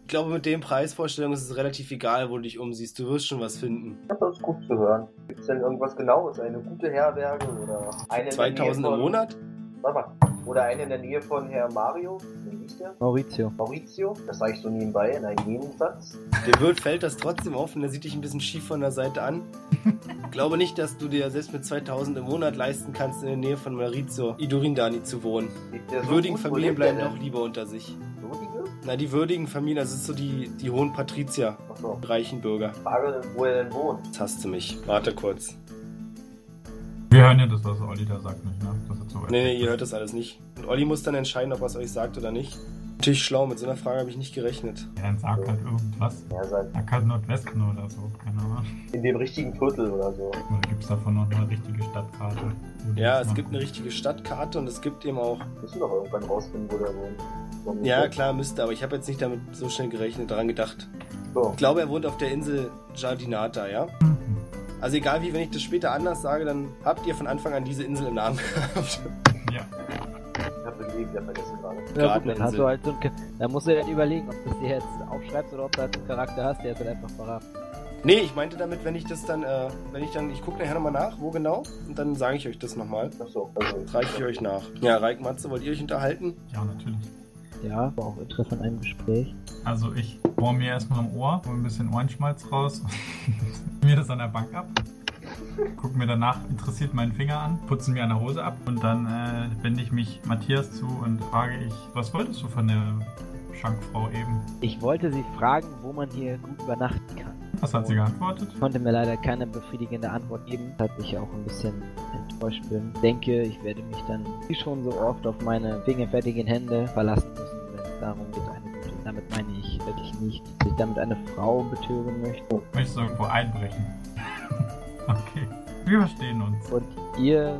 Speaker 2: Ich glaube, mit den Preisvorstellungen ist es relativ egal, wo du dich umsiehst. Du wirst schon was finden.
Speaker 4: Das ist gut zu hören. Gibt es denn irgendwas Genaues? Eine gute Herberge oder eine in der Nähe
Speaker 2: 2000 im
Speaker 4: von-
Speaker 2: Monat?
Speaker 4: Warte mal. Oder eine in der Nähe von Herr Mario? Wie hieß der?
Speaker 5: Maurizio.
Speaker 4: Maurizio? Das sage ich so nebenbei in einem Nebensatz.
Speaker 2: Dem Wirt fällt das trotzdem auf und er sieht dich ein bisschen schief von der Seite an. Ich glaube nicht, dass du dir selbst mit 2000 im Monat leisten kannst, in der Nähe von Maurizio Idurindani zu wohnen.
Speaker 4: Lebt der
Speaker 2: Die
Speaker 4: so
Speaker 2: würdigen
Speaker 4: gut? Wo
Speaker 2: Familien
Speaker 4: lebt der
Speaker 2: bleiben
Speaker 4: denn?
Speaker 2: auch lieber unter sich.
Speaker 4: Würdige?
Speaker 2: Na, die würdigen Familien, das ist so die, die hohen Patrizier,
Speaker 4: Achso.
Speaker 2: reichen Bürger.
Speaker 4: Frage, wo er denn wohnt.
Speaker 2: Jetzt hast du mich. Warte kurz.
Speaker 3: Wir hören ja das, was Olli da sagt, nicht, ne? Das ist so
Speaker 2: Nee, nee, ihr hört das alles nicht. Und Olli muss dann entscheiden, ob er es euch sagt oder nicht. Natürlich schlau, mit so einer Frage habe ich nicht gerechnet.
Speaker 3: Ja, dann sagt halt irgendwas.
Speaker 4: Ja, seit
Speaker 3: Sagt halt Nordwesten oder so, keine Ahnung.
Speaker 4: in dem richtigen Viertel oder so.
Speaker 3: Oder gibt's davon noch eine richtige Stadtkarte? wo die
Speaker 2: Ja,
Speaker 3: das
Speaker 2: es gibt eine
Speaker 3: machen?
Speaker 2: richtige Stadtkarte und es gibt eben auch
Speaker 4: Müssen doch irgendwann rausfinden, wo der wohnt. Warum nicht?
Speaker 2: Ja, klar, müsste, aber ich habe jetzt nicht damit so schnell gerechnet, daran gedacht.
Speaker 4: So.
Speaker 2: Ich glaube, er wohnt auf der Insel Giardinata, ja?
Speaker 3: Mhm.
Speaker 2: Also egal wie, wenn ich das später anders sage, dann habt ihr von Anfang an diese Insel im Namen gehabt.
Speaker 3: Ja,
Speaker 4: Ich habe den Weg wieder vergessen gerade.
Speaker 5: Ja, gut,
Speaker 2: Garteninsel.
Speaker 5: dann hast du halt so ein Ka- Da musst du halt überlegen, ob du das dir jetzt aufschreibst oder ob du halt einen Charakter hast, der es halt einfach verraten.
Speaker 2: Nee, ich meinte damit, wenn ich das dann, äh, wenn ich dann, ich gucke nachher nochmal nach, wo genau, und dann sage ich euch das nochmal.
Speaker 4: Achso. Also,
Speaker 2: Reiche ich euch nach. Ja, Reik Matze, wollt ihr euch unterhalten?
Speaker 3: ja, natürlich.
Speaker 5: Ja, war auch Interesse an einem Gespräch.
Speaker 3: Also ich bohr mir erstmal im Ohr, hol ein bisschen Ohrenschmalz raus, mir das an der Bank ab, guck mir danach interessiert meinen Finger an, putze mir an der Hose ab und dann äh, wende ich mich Matthias zu und frage ich, was wolltest du von der Schankfrau eben?
Speaker 5: Ich wollte sie fragen, wo man hier gut übernachten kann.
Speaker 3: Was hat sie geantwortet?
Speaker 5: Konnte mir leider keine befriedigende Antwort geben, hat ich auch ein bisschen enttäuscht bin. Denke, ich werde mich dann wie schon so oft auf meine fingerfertigen Hände verlassen müssen, wenn es darum geht, eine gute. Damit meine ich wirklich nicht, dass ich damit eine Frau betören möchte.
Speaker 3: Möchtest du irgendwo einbrechen? okay. Wir verstehen uns.
Speaker 5: Und ihr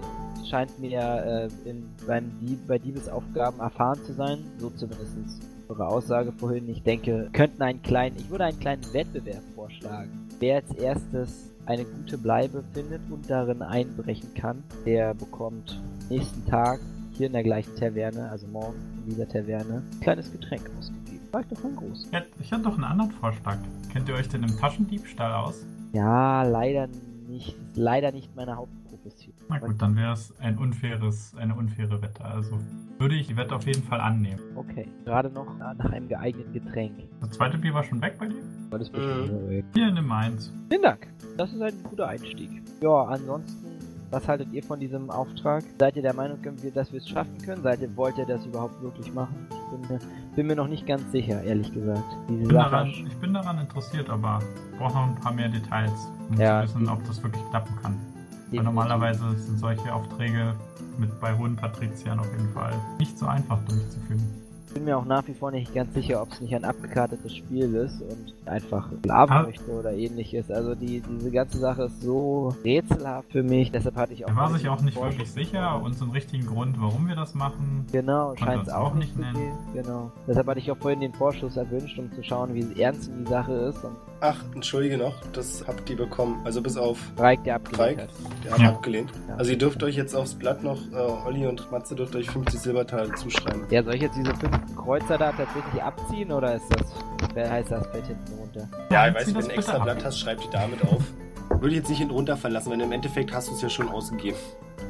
Speaker 5: scheint mir ja äh, in, beim Dieb, bei Diebesaufgaben erfahren zu sein, so zumindest eure Aussage vorhin. Ich denke, könnten einen kleinen, ich würde einen kleinen Wettbewerb vorschlagen. Wer als erstes eine gute Bleibe findet und darin einbrechen kann, der bekommt nächsten Tag hier in der gleichen Taverne, also morgen in dieser Taverne, ein kleines Getränk ausgegeben. Reicht doch von groß.
Speaker 3: Ja, Ich hatte doch einen anderen Vorschlag. Kennt ihr euch denn im Taschendiebstahl aus?
Speaker 5: Ja, leider nicht, leider nicht meine Hauptprofession.
Speaker 3: Na gut, dann wäre es ein unfaires, eine unfaire Wette. Also würde ich die Wette auf jeden Fall annehmen.
Speaker 5: Okay, gerade noch nach einem geeigneten Getränk.
Speaker 3: Das zweite Bier war schon weg bei dir?
Speaker 5: War das
Speaker 3: Mhm.
Speaker 2: bestimmt
Speaker 3: Hier in dem Mainz.
Speaker 5: Vielen Dank. Das ist ein guter Einstieg. Ja, ansonsten, was haltet ihr von diesem Auftrag? Seid ihr der Meinung, können wir- dass wir es schaffen können? Seid ihr, wollt ihr das überhaupt wirklich machen? Ich bin mir, bin mir noch nicht ganz sicher, ehrlich gesagt. Diese
Speaker 3: Ich bin, daran,
Speaker 5: Sache.
Speaker 3: ich bin daran interessiert, aber ich brauche noch ein paar mehr Details, um
Speaker 5: Ja.
Speaker 3: zu wissen, ob das wirklich klappen kann. Weil
Speaker 5: definitiv-
Speaker 3: normalerweise sind solche Aufträge mit bei hohen Patriziern auf jeden Fall nicht so einfach durchzuführen.
Speaker 5: Ich bin mir auch nach wie vor nicht ganz sicher, ob es nicht ein abgekartetes Spiel ist und einfach laben
Speaker 3: Ah.
Speaker 5: möchte oder ähnliches. Also die, diese ganze Sache ist so rätselhaft für mich, deshalb hatte ich auch...
Speaker 3: Er war sich auch nicht
Speaker 5: Vorstellung.
Speaker 3: wirklich sicher und so einen richtigen Grund, warum wir das machen.
Speaker 5: Genau,
Speaker 3: Konnte
Speaker 5: scheint es
Speaker 3: uns
Speaker 5: auch
Speaker 3: auch
Speaker 5: nicht
Speaker 3: nicht
Speaker 5: zu gehen. Genau. Deshalb hatte ich auch vorhin den Vorschuss erwünscht, um zu schauen, wie ernst die Sache ist und
Speaker 2: Ach, entschuldige noch, das habt ihr bekommen. Also bis auf,
Speaker 5: Reik, der abgelehnt
Speaker 2: Reik?
Speaker 5: hat.
Speaker 2: der hat
Speaker 3: Ja.
Speaker 2: abgelehnt.
Speaker 5: Ja.
Speaker 2: Also ihr dürft euch jetzt aufs Blatt noch, äh, Olli und Matze dürft euch 50 Silberteile zuschreiben.
Speaker 5: Ja, soll ich jetzt diese fünf Kreuzer da tatsächlich abziehen oder ist das, wer heißt das, fällt hinten runter?
Speaker 2: Ja, ich
Speaker 3: zieh
Speaker 2: weiß, wenn du ein
Speaker 3: bitte
Speaker 2: extra
Speaker 3: ab.
Speaker 2: Blatt hast, schreib die damit auf. Würde ich jetzt nicht hinten runter verlassen, weil im Endeffekt hast du es ja schon ausgegeben.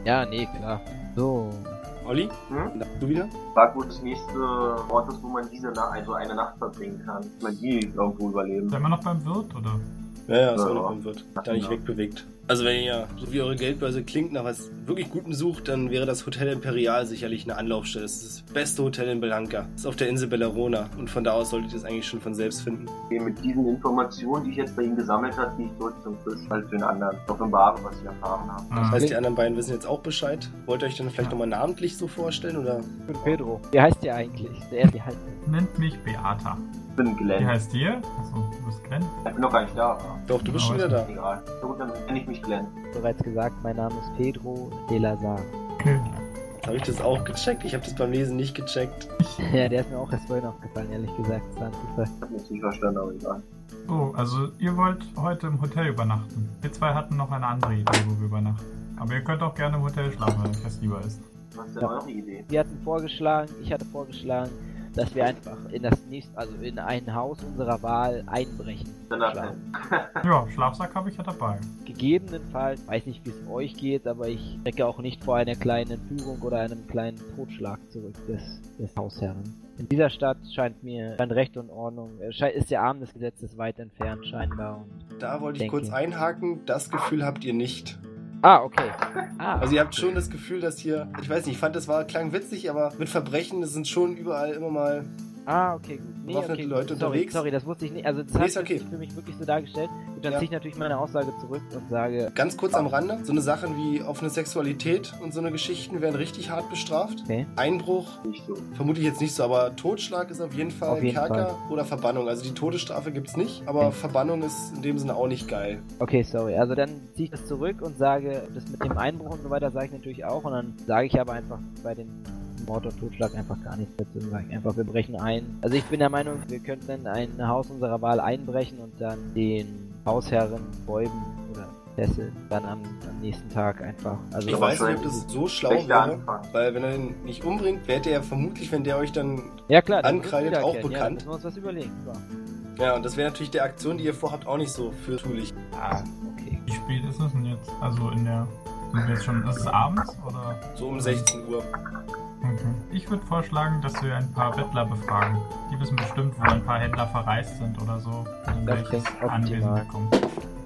Speaker 5: Ja, nee, klar. So.
Speaker 2: Olli,
Speaker 4: Hm?
Speaker 2: du wieder?
Speaker 4: Frag, wo das nächste Ort ist, wo man diese Na also eine Nacht verbringen kann. Man die irgendwo überleben.
Speaker 3: Seid man noch beim Wirt, oder?
Speaker 2: Ja, ja, ist
Speaker 4: Ja,
Speaker 2: auch noch
Speaker 4: ja.
Speaker 2: ein Wirt. Da nicht
Speaker 4: Ja.
Speaker 2: wegbewegt. Also wenn ihr, so wie eure Geldbörse klingt, nach was wirklich Gutem sucht, dann wäre das Hotel Imperial sicherlich eine Anlaufstelle. Das ist das beste Hotel in Belanca. Ist auf der Insel Bellerona. Und von da aus solltet ihr es eigentlich schon von selbst finden.
Speaker 4: Okay, mit diesen Informationen, die ich jetzt bei ihm gesammelt habe, gehe ich zurück zum Fisch, halt für den anderen. Offenbare, was ich erfahren habe.
Speaker 3: Ah,
Speaker 2: Das heißt, die anderen beiden wissen jetzt auch Bescheid. Wollt ihr euch dann vielleicht
Speaker 3: Ja.
Speaker 2: nochmal namentlich so vorstellen? Oder
Speaker 5: Für Pedro. Wie heißt der eigentlich? Der halt erste heißt.
Speaker 3: Äh, nennt mich Beata.
Speaker 4: Ich bin
Speaker 3: Wie
Speaker 4: Glenn.
Speaker 3: heißt ihr? Achso, du bist Glenn.
Speaker 4: Ich bin noch gar nicht da, aber
Speaker 2: doch, du bist schon wieder da.
Speaker 4: egal. So gut, dann nenne ich mich Glenn.
Speaker 5: Bereits gesagt, mein Name ist Pedro de Lazar.
Speaker 3: Okay.
Speaker 2: Habe ich das auch gecheckt? Ich habe das beim Lesen nicht gecheckt.
Speaker 5: Ja, der ist mir auch erst vorhin aufgefallen, ehrlich gesagt. Das war ein Zufall.
Speaker 4: Ich habe mich nicht verstanden, aber egal.
Speaker 3: So, also ihr wollt heute im Hotel übernachten. Wir zwei hatten noch eine andere Idee, wo wir übernachten. Aber ihr könnt auch gerne im Hotel schlafen, wenn euch das lieber ist.
Speaker 4: Was ist denn
Speaker 5: Ja.
Speaker 4: eure Idee?
Speaker 5: Wir hatten vorgeschlagen, ich hatte vorgeschlagen, dass wir einfach in das nächste, also in ein Haus unserer Wahl einbrechen.
Speaker 4: Dann
Speaker 5: Klar.
Speaker 4: lassen.
Speaker 3: Ja, Schlafsack habe ich ja dabei.
Speaker 5: Gegebenenfalls, weiß nicht, wie es euch geht, aber ich strecke auch nicht vor einer kleinen Entführung oder einem kleinen Totschlag zurück des, des Hausherrn. In dieser Stadt scheint mir scheint Recht und Ordnung, äh, schei- ist der Arm des Gesetzes weit entfernt scheinbar. Und
Speaker 2: Da wollte ich
Speaker 5: Denke.
Speaker 2: kurz einhaken. Das Gefühl habt ihr nicht.
Speaker 5: ah, okay. Ah,
Speaker 2: Also ihr habt schon das Gefühl, dass hier, ich weiß nicht, ich fand das war klang witzig, aber mit Verbrechen das sind schon überall immer mal.
Speaker 5: Ah, okay, gut.
Speaker 2: Bewaffnete
Speaker 5: okay,
Speaker 2: Leute
Speaker 5: gut. sorry,
Speaker 2: unterwegs.
Speaker 5: Sorry, das wusste ich nicht. Also, das
Speaker 2: Nee,
Speaker 5: hat
Speaker 2: ist okay.
Speaker 5: sich für mich wirklich so dargestellt. Gut, dann
Speaker 2: Ja.
Speaker 5: ziehe ich natürlich meine Aussage zurück und sage,
Speaker 2: Ganz kurz am Rande, so eine Sachen wie offene Sexualität und so eine Geschichten werden richtig hart bestraft.
Speaker 5: Okay.
Speaker 2: Einbruch
Speaker 4: Nicht so.
Speaker 2: vermutlich jetzt nicht so, aber Totschlag ist auf jeden Fall
Speaker 5: Auf jeden
Speaker 2: Kerker oder Verbannung. Also die Todesstrafe gibt's nicht, aber
Speaker 5: Okay.
Speaker 2: Verbannung ist in dem Sinne auch nicht geil.
Speaker 5: okay, sorry. Also, dann ziehe ich das zurück und sage, das mit dem Einbruch und so weiter sage ich natürlich auch. Und dann sage ich aber einfach bei dem Mord und Totschlag einfach gar nichts dazu. und Sage einfach, wir brechen ein. Also, ich bin der Meinung, wir könnten in ein Haus unserer Wahl einbrechen und dann den Hausherren bäumen oder Fessel dann am, am nächsten Tag einfach. Also,
Speaker 2: Ich
Speaker 4: Ja,
Speaker 2: weiß nicht, ob
Speaker 4: wahrscheinlich
Speaker 2: das
Speaker 4: ist
Speaker 2: so schlau
Speaker 4: Schlechter
Speaker 2: wäre.
Speaker 4: Anfang.
Speaker 2: Weil wenn er den nicht umbringt, wärt ihr ja vermutlich, wenn der euch dann...
Speaker 5: ja, klar, dann muss es
Speaker 2: Ankreidet auch
Speaker 5: wiederkehren.
Speaker 2: bekannt.
Speaker 5: Ja, dann müssen wir uns was überlegen. So.
Speaker 2: Ja, und das wäre natürlich der Aktion, die ihr vorhabt, auch nicht so fürtulich.
Speaker 5: Ah, okay.
Speaker 3: Wie spät ist es denn jetzt? Also in der. Sind wir jetzt schon. Ist es abends oder?
Speaker 2: So
Speaker 5: Mhm.
Speaker 2: um 16 Uhr.
Speaker 3: Okay. Ich würde vorschlagen, dass wir ein paar Bettler befragen. Die wissen bestimmt, wo ein paar Händler verreist sind oder so. In
Speaker 5: Das
Speaker 3: welches
Speaker 5: klingt
Speaker 3: Anwesen
Speaker 5: optimal.
Speaker 3: wir kommen.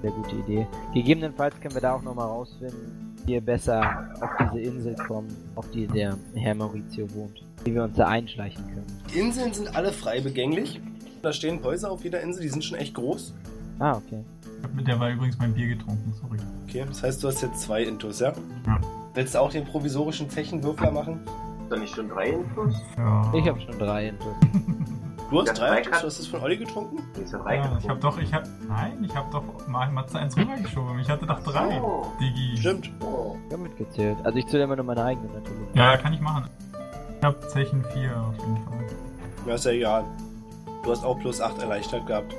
Speaker 5: Sehr gute Idee. Gegebenenfalls können wir da auch nochmal rausfinden, wie wir besser auf diese Insel kommen, auf die der Herr Maurizio wohnt. Wie wir uns da einschleichen können.
Speaker 2: Die Inseln sind alle frei begänglich. Da stehen Häuser auf jeder Insel, die sind schon echt groß.
Speaker 5: Ah, okay.
Speaker 3: Ich habe mit der war übrigens mein Bier getrunken, sorry.
Speaker 2: Okay, das heißt, du hast jetzt zwei Intus, ja?
Speaker 3: Ja.
Speaker 2: Willst du auch den provisorischen Zechenwürfler machen?
Speaker 4: Ist da nicht schon drei Infos?
Speaker 3: Ja.
Speaker 5: Ich habe schon drei Intus.
Speaker 2: Du hast
Speaker 4: Ja,
Speaker 2: drei
Speaker 4: drei
Speaker 2: Intus,
Speaker 4: kann-
Speaker 2: du hast es von Olli getrunken?
Speaker 4: Nee, ist ja drei
Speaker 3: ja, ich
Speaker 4: Infos.
Speaker 3: habe doch, ich habe, nein, ich habe doch mal Matze eins rübergeschoben. Ich hatte doch drei.
Speaker 4: Oh.
Speaker 3: Digi.
Speaker 2: Stimmt.
Speaker 4: Oh.
Speaker 5: Ich hab mitgezählt. Also ich zähle immer nur meine eigenen natürlich.
Speaker 3: Ja, kann ich machen. Ich habe Zechen 4 auf jeden Fall.
Speaker 2: Ja, ist ja egal. Du hast auch plus 8 erleichtert gehabt.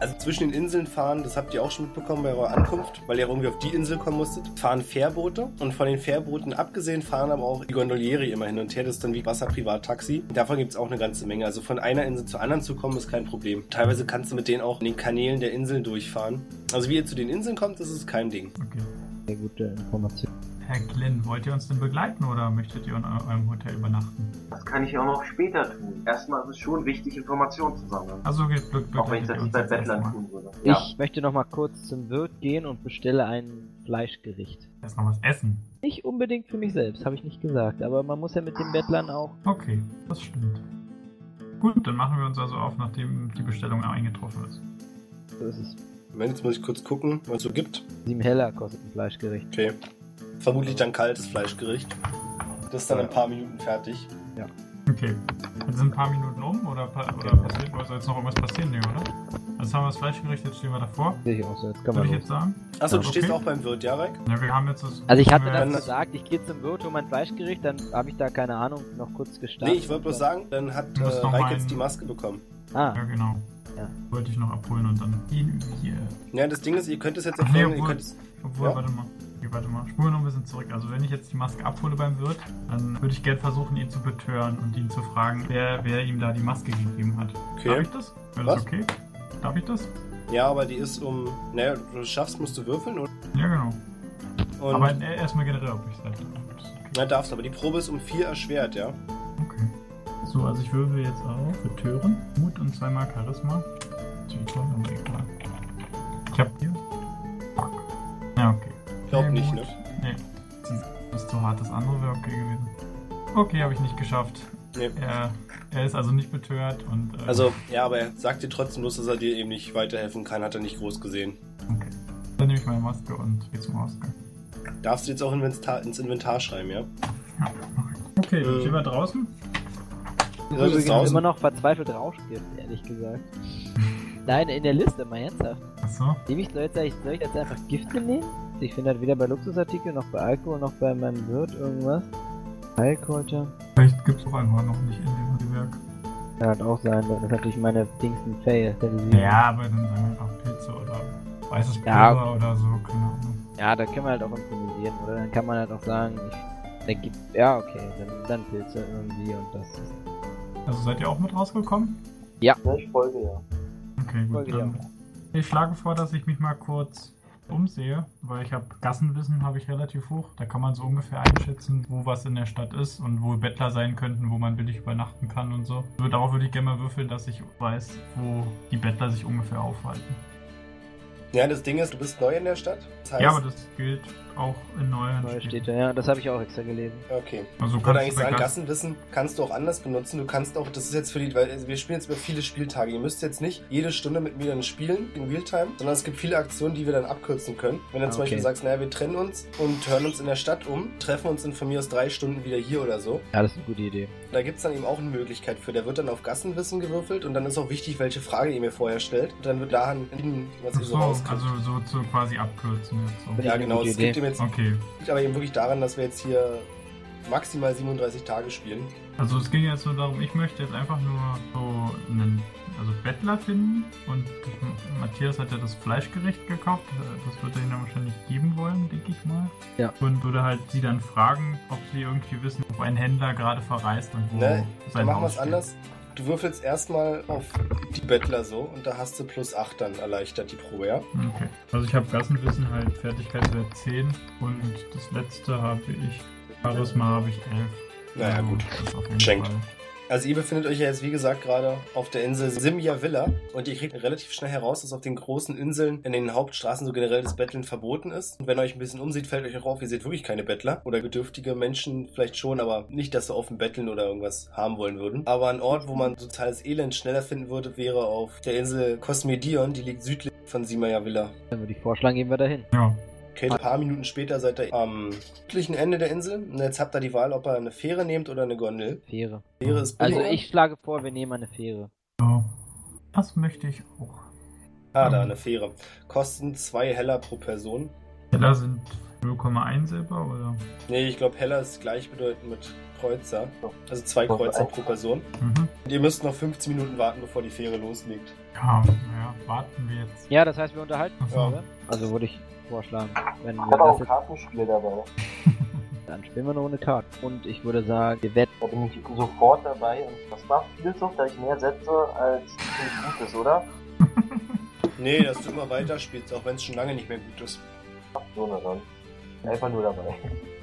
Speaker 2: Also zwischen den Inseln fahren, das habt ihr auch schon mitbekommen bei eurer Ankunft, weil ihr irgendwie auf die Insel kommen musstet, fahren Fährboote und von den Fährbooten abgesehen fahren aber auch die Gondolieri immer hin und her. Das ist dann wie Wasserprivattaxi. Davon gibt es auch eine ganze Menge. Also von einer Insel zur anderen zu kommen, ist kein Problem. Teilweise kannst du mit denen auch in den Kanälen der Inseln durchfahren. Also wie ihr zu den Inseln kommt, das ist kein Ding.
Speaker 3: Okay.
Speaker 5: Sehr gute Information.
Speaker 3: Herr Glenn, wollt ihr uns denn begleiten oder möchtet ihr in eu- eurem Hotel übernachten?
Speaker 4: Das kann ich auch noch später tun. Erstmal ist es schon wichtig, Informationen zu sammeln.
Speaker 3: Also geht Glück, Glück.
Speaker 4: auch wenn ich das nicht bei Bettlern tun würde.
Speaker 5: Ich möchte nochmal kurz zum Wirt gehen und bestelle ein Fleischgericht.
Speaker 3: Erst noch was essen.
Speaker 5: Nicht unbedingt für mich selbst, habe ich nicht gesagt. Aber man muss ja mit den Bettlern auch...
Speaker 3: Okay, das stimmt. Gut, dann machen wir uns also auf, nachdem die Bestellung eingetroffen ist.
Speaker 5: So ist es.
Speaker 2: Moment, jetzt muss ich kurz gucken, was es so gibt.
Speaker 5: Sieben Heller kostet ein Fleischgericht.
Speaker 2: Okay. Vermutlich dann kaltes Fleischgericht. Das ist dann in ein paar Minuten fertig.
Speaker 3: Okay. Jetzt sind ein paar Minuten um oder, pa oder passiert, soll jetzt noch irgendwas passieren? Nee, oder? Also haben wir das Fleischgericht, jetzt stehen wir davor.
Speaker 5: Sehe ich auch so, jetzt kann
Speaker 3: Würde
Speaker 5: man
Speaker 3: ich
Speaker 5: los.
Speaker 3: jetzt sagen.
Speaker 2: Achso, du
Speaker 3: Okay.
Speaker 2: stehst auch beim Wirt, ja, Reik?
Speaker 3: Mhm. Ja, wir haben jetzt das.
Speaker 5: Also ich hatte
Speaker 3: wir-
Speaker 5: das gesagt, ich gehe zum Wirt um ein Fleischgericht, dann habe ich da keine Ahnung noch kurz
Speaker 2: Nee,
Speaker 5: gestartet.
Speaker 2: ich wollte bloß sagen, dann hat äh,
Speaker 3: Du musst noch
Speaker 2: Reik
Speaker 3: mal
Speaker 2: jetzt
Speaker 3: einen-
Speaker 2: die Maske bekommen.
Speaker 5: Ah,
Speaker 3: Ja, genau.
Speaker 5: Ja.
Speaker 3: Wollte ich noch abholen und dann ihn hier.
Speaker 2: Ja, das Ding ist, ihr könnt es jetzt
Speaker 3: Nee,
Speaker 2: erfahren, ihr
Speaker 3: obwohl,
Speaker 2: könnt es...
Speaker 3: obwohl
Speaker 2: Ja.
Speaker 3: warte mal. Okay, warte mal. Spulen noch ein bisschen zurück. Also wenn ich jetzt die Maske abhole beim Wirt, dann würde ich gern versuchen, ihn zu betören und ihn zu fragen, wer, wer ihm da die Maske gegeben hat. Darf
Speaker 2: Okay.
Speaker 3: ich das? Wäre
Speaker 2: Was?
Speaker 3: das okay? Darf ich das?
Speaker 2: Ja, aber die ist um. Naja, du schaffst, musst du würfeln oder?
Speaker 3: Ja, genau.
Speaker 2: Und
Speaker 3: Aber äh, erstmal generell, ob ich es
Speaker 2: na, darfst, aber die Probe ist um vier erschwert, ja?
Speaker 3: Okay. So, also ich würfel jetzt auf für Tören. Mut und zweimal Charisma. Zu equal, aber equal. Ich hab hier. Fuck. Ja, okay.
Speaker 2: Glaub
Speaker 3: Sehr
Speaker 2: nicht,
Speaker 3: gut.
Speaker 2: ne?
Speaker 3: Nee. Das ist zu hart. Das andere wäre okay gewesen. Okay, habe ich nicht geschafft.
Speaker 2: Nee.
Speaker 3: Er, er ist also nicht betört und. Äh,
Speaker 2: Also, ja, aber er sagt dir trotzdem bloß, dass er dir eben nicht weiterhelfen kann, hat er nicht groß gesehen.
Speaker 3: Okay. Dann nehme ich meine Maske und gehe zum Ausgang.
Speaker 2: Darfst du jetzt auch Inventar, ins Inventar schreiben, ja?
Speaker 3: Okay,
Speaker 2: Äh.
Speaker 3: dann stehen wir draußen.
Speaker 2: Ja, das ist
Speaker 5: Übrigens
Speaker 2: draußen.
Speaker 5: immer noch verzweifelt rausgibt, ehrlich gesagt. Nein, in der Liste, mal ernsthaft.
Speaker 3: Achso.
Speaker 5: Nehme ich soll, jetzt, eigentlich- soll ich jetzt einfach Gifte nehmen? Ich finde halt weder bei Luxusartikeln noch bei Alkohol noch bei meinem Wirt irgendwas. Alkohol, ja.
Speaker 3: Vielleicht gibt es auch einfach noch nicht in dem Gewerk.
Speaker 5: Kann halt auch sein, das ist natürlich meine Dings ein Fail.
Speaker 3: Ja, aber dann sagen wir einfach Pilze oder weißes
Speaker 5: Ja.
Speaker 3: Pulver oder so, keine Ahnung.
Speaker 5: Ja, da können wir halt auch improvisieren, oder? Dann kann man halt auch sagen, ich, da gibt, ja, okay, dann, dann Pilze irgendwie und das ist.
Speaker 3: Also seid ihr auch mit rausgekommen?
Speaker 4: Ne, ich folge ja.
Speaker 3: Okay, gut.
Speaker 5: Folge
Speaker 3: Dann. Ich schlage vor, dass ich mich mal kurz umsehe, weil ich habe Gassenwissen habe ich relativ hoch. Da kann man so ungefähr einschätzen, wo was in der Stadt ist und wo Bettler sein könnten, wo man billig übernachten kann und so. So darauf würde ich gerne mal würfeln, dass ich weiß, wo die Bettler sich ungefähr aufhalten.
Speaker 2: Ja, das Ding ist, du bist neu in der Stadt. Das heißt,
Speaker 3: Ja, aber das gilt auch in neuen
Speaker 5: Neue
Speaker 3: Städten.
Speaker 5: steht da, ja, das habe ich auch extra gelesen.
Speaker 2: Okay.
Speaker 3: Also
Speaker 2: Ich würde
Speaker 3: kannst
Speaker 2: eigentlich
Speaker 3: du bei
Speaker 2: sagen,
Speaker 3: Gassen
Speaker 2: Gassenwissen kannst du auch anders benutzen. Du kannst auch, das ist jetzt für die, weil also wir spielen jetzt über viele Spieltage. Ihr müsst jetzt nicht jede Stunde mit mir dann spielen in Realtime, sondern es gibt viele Aktionen, die wir dann abkürzen können. Wenn du zum
Speaker 5: Ah, okay.
Speaker 2: Beispiel sagst, naja, wir trennen uns und hören uns in der Stadt um, treffen uns in von mir aus drei Stunden wieder hier oder so.
Speaker 5: Ja, das ist eine gute Idee.
Speaker 2: Da gibt es dann eben auch eine Möglichkeit für. Der wird dann auf Gassenwissen gewürfelt und dann ist auch wichtig, welche Frage ihr mir vorher stellt. Und dann wird daran entschieden, was ihr so
Speaker 3: so,
Speaker 2: rauskriegt.
Speaker 3: also so zu quasi abkürzen jetzt. So.
Speaker 2: ja, genau.
Speaker 5: also Gute
Speaker 2: Es gibt
Speaker 5: Idee.
Speaker 2: ihm jetzt
Speaker 3: Okay,
Speaker 2: liegt aber eben wirklich daran, dass wir jetzt hier maximal 37 Tage spielen.
Speaker 3: Also es ging jetzt nur darum, ich möchte jetzt einfach nur so einen also Bettler finden und ich, Matthias hat ja das Fleischgericht gekauft, äh, das wird er ihnen dann wahrscheinlich geben wollen, denke ich mal.
Speaker 5: Ja.
Speaker 3: Und würde halt sie dann fragen, ob sie irgendwie wissen, ob ein Händler gerade verreist und wo
Speaker 2: Ne, Dann
Speaker 3: sein
Speaker 2: machen wir
Speaker 3: Haus
Speaker 2: es
Speaker 3: steht.
Speaker 2: anders. Du würfelst erstmal auf die Bettler so und da hast du plus 8 dann erleichtert die Probe, ja?
Speaker 3: Okay. Also ich habe Gassenwissen halt Fertigkeitswert 10 und das letzte habe ich, Charisma habe ich 11.
Speaker 2: Naja,
Speaker 3: Also,
Speaker 2: gut.
Speaker 3: das auf jeden
Speaker 2: Schenkt.
Speaker 3: Fall.
Speaker 2: Also ihr befindet euch ja jetzt, wie gesagt, gerade auf der Insel Simia Villa und ihr kriegt relativ schnell heraus, dass auf den großen Inseln in den Hauptstraßen so generell das Betteln verboten ist. Und wenn ihr euch ein bisschen umsieht, fällt euch auch auf, ihr seht wirklich keine Bettler oder bedürftige Menschen vielleicht schon, aber nicht, dass sie offen betteln oder irgendwas haben wollen würden. Aber ein Ort, wo man soziales Elend schneller finden würde, wäre auf der Insel Cosmedion, die liegt südlich von Simia Villa.
Speaker 5: Dann würde ich vorschlagen, gehen wir dahin.
Speaker 3: Ja,
Speaker 2: Okay, ein paar Minuten später seid ihr am südlichen Ende der Insel und jetzt habt ihr die Wahl, ob ihr eine Fähre nehmt oder eine Gondel.
Speaker 5: Fähre.
Speaker 2: Fähre ist
Speaker 5: Also
Speaker 2: billiger.
Speaker 5: ich schlage vor, wir nehmen eine Fähre.
Speaker 3: so. das möchte ich auch.
Speaker 2: Ah, da, eine Fähre. Kosten zwei Heller pro Person.
Speaker 3: Teller sind 0,1 Silber oder?
Speaker 2: Nee, ich glaube, Heller ist gleichbedeutend mit Kreuzer. Also zwei
Speaker 4: Doch,
Speaker 2: Kreuzer
Speaker 4: ein-
Speaker 2: pro Person.
Speaker 3: Mhm.
Speaker 2: Und ihr müsst noch 15 Minuten warten, bevor die Fähre loslegt.
Speaker 3: Ja, naja, warten wir jetzt.
Speaker 5: Ja, das heißt, wir unterhalten uns,
Speaker 2: Ja.
Speaker 5: oder? Also würde ich vorschlagen, wenn
Speaker 4: Ich habe auch
Speaker 5: wir das
Speaker 4: ein
Speaker 5: jetzt,
Speaker 4: Kartenspiel dabei.
Speaker 5: dann spielen wir nur ohne Karte. Und ich würde sagen, wir wetten.
Speaker 4: Da bin ich sofort dabei und das macht vieles noch, da ich mehr setze als ziemlich gut ist, oder?
Speaker 2: Nee, dass du immer weiterspielst, auch wenn es schon lange nicht mehr gut ist.
Speaker 4: So, na dann. Einfach nur dabei.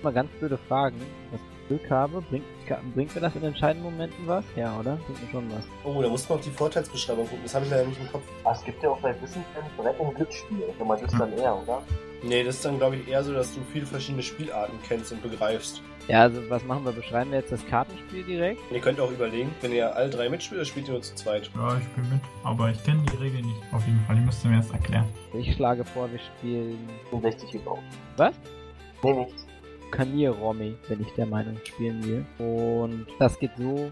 Speaker 5: mal ganz blöde Fragen. Was ich Glück habe, bringt, ka- bringt mir das in entscheidenden Momenten was? Ja, oder? Bringt mir schon was.
Speaker 2: Oh, da musst du noch die Vorteilsbeschreibung gucken. Das habe ich leider nicht im Kopf.
Speaker 4: Ah, es gibt ja auch bei Wissen ein Brett und Glücksspiel. Wenn man das
Speaker 5: Hm.
Speaker 4: dann eher, oder?
Speaker 2: Nee, das ist dann, glaube ich, eher so, dass du viele verschiedene Spielarten kennst und begreifst.
Speaker 5: Ja, also was machen wir? Beschreiben wir jetzt das Kartenspiel direkt?
Speaker 2: Und ihr könnt auch überlegen, wenn ihr alle drei mitspielt, dann spielt ihr nur zu zweit.
Speaker 3: Ja, ich bin mit, aber ich kenne die Regeln nicht. Auf jeden Fall, die müsst ihr mir jetzt erklären.
Speaker 5: Ich schlage vor, wir spielen
Speaker 4: 64 gebaut.
Speaker 5: Was?
Speaker 4: Nee, nichts.
Speaker 5: Kanierromi, wenn ich der Meinung spielen will. Und das geht so,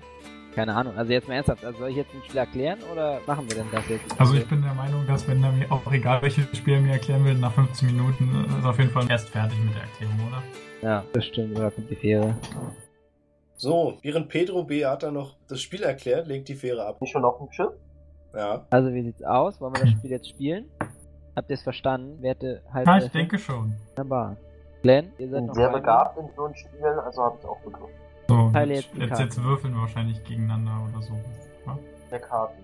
Speaker 5: keine Ahnung. Also jetzt mal ernsthaft, also soll ich jetzt ein Spiel erklären oder machen wir denn das jetzt?
Speaker 3: Also ich bin der Meinung, dass wenn er mir, auch egal welches Spiel er mir erklären will, nach 15 Minuten äh, ist auf jeden Fall erst fertig mit der Erklärung, oder?
Speaker 5: Ja, das stimmt, oder kommt die Fähre.
Speaker 2: So, während Pedro Beata noch das Spiel erklärt, legt die Fähre ab.
Speaker 4: Bin ich schon auf dem Schiff?
Speaker 2: Ja.
Speaker 5: Also wie sieht's aus? Wollen wir das Spiel jetzt spielen? Habt ihr es verstanden? Werte halb.
Speaker 3: Hm. Ja, ich denke schon.
Speaker 5: Wunderbar. Glenn, ihr seid
Speaker 4: Bin
Speaker 5: noch
Speaker 4: sehr
Speaker 5: bei mir?
Speaker 4: begabt in so einem Spiel, also habe ich auch begriffen.
Speaker 3: So,
Speaker 5: Teile
Speaker 3: jetzt,
Speaker 5: jetzt die
Speaker 3: jetzt,
Speaker 5: Karten.
Speaker 3: jetzt würfeln wir wahrscheinlich gegeneinander oder so.
Speaker 4: Der Karten.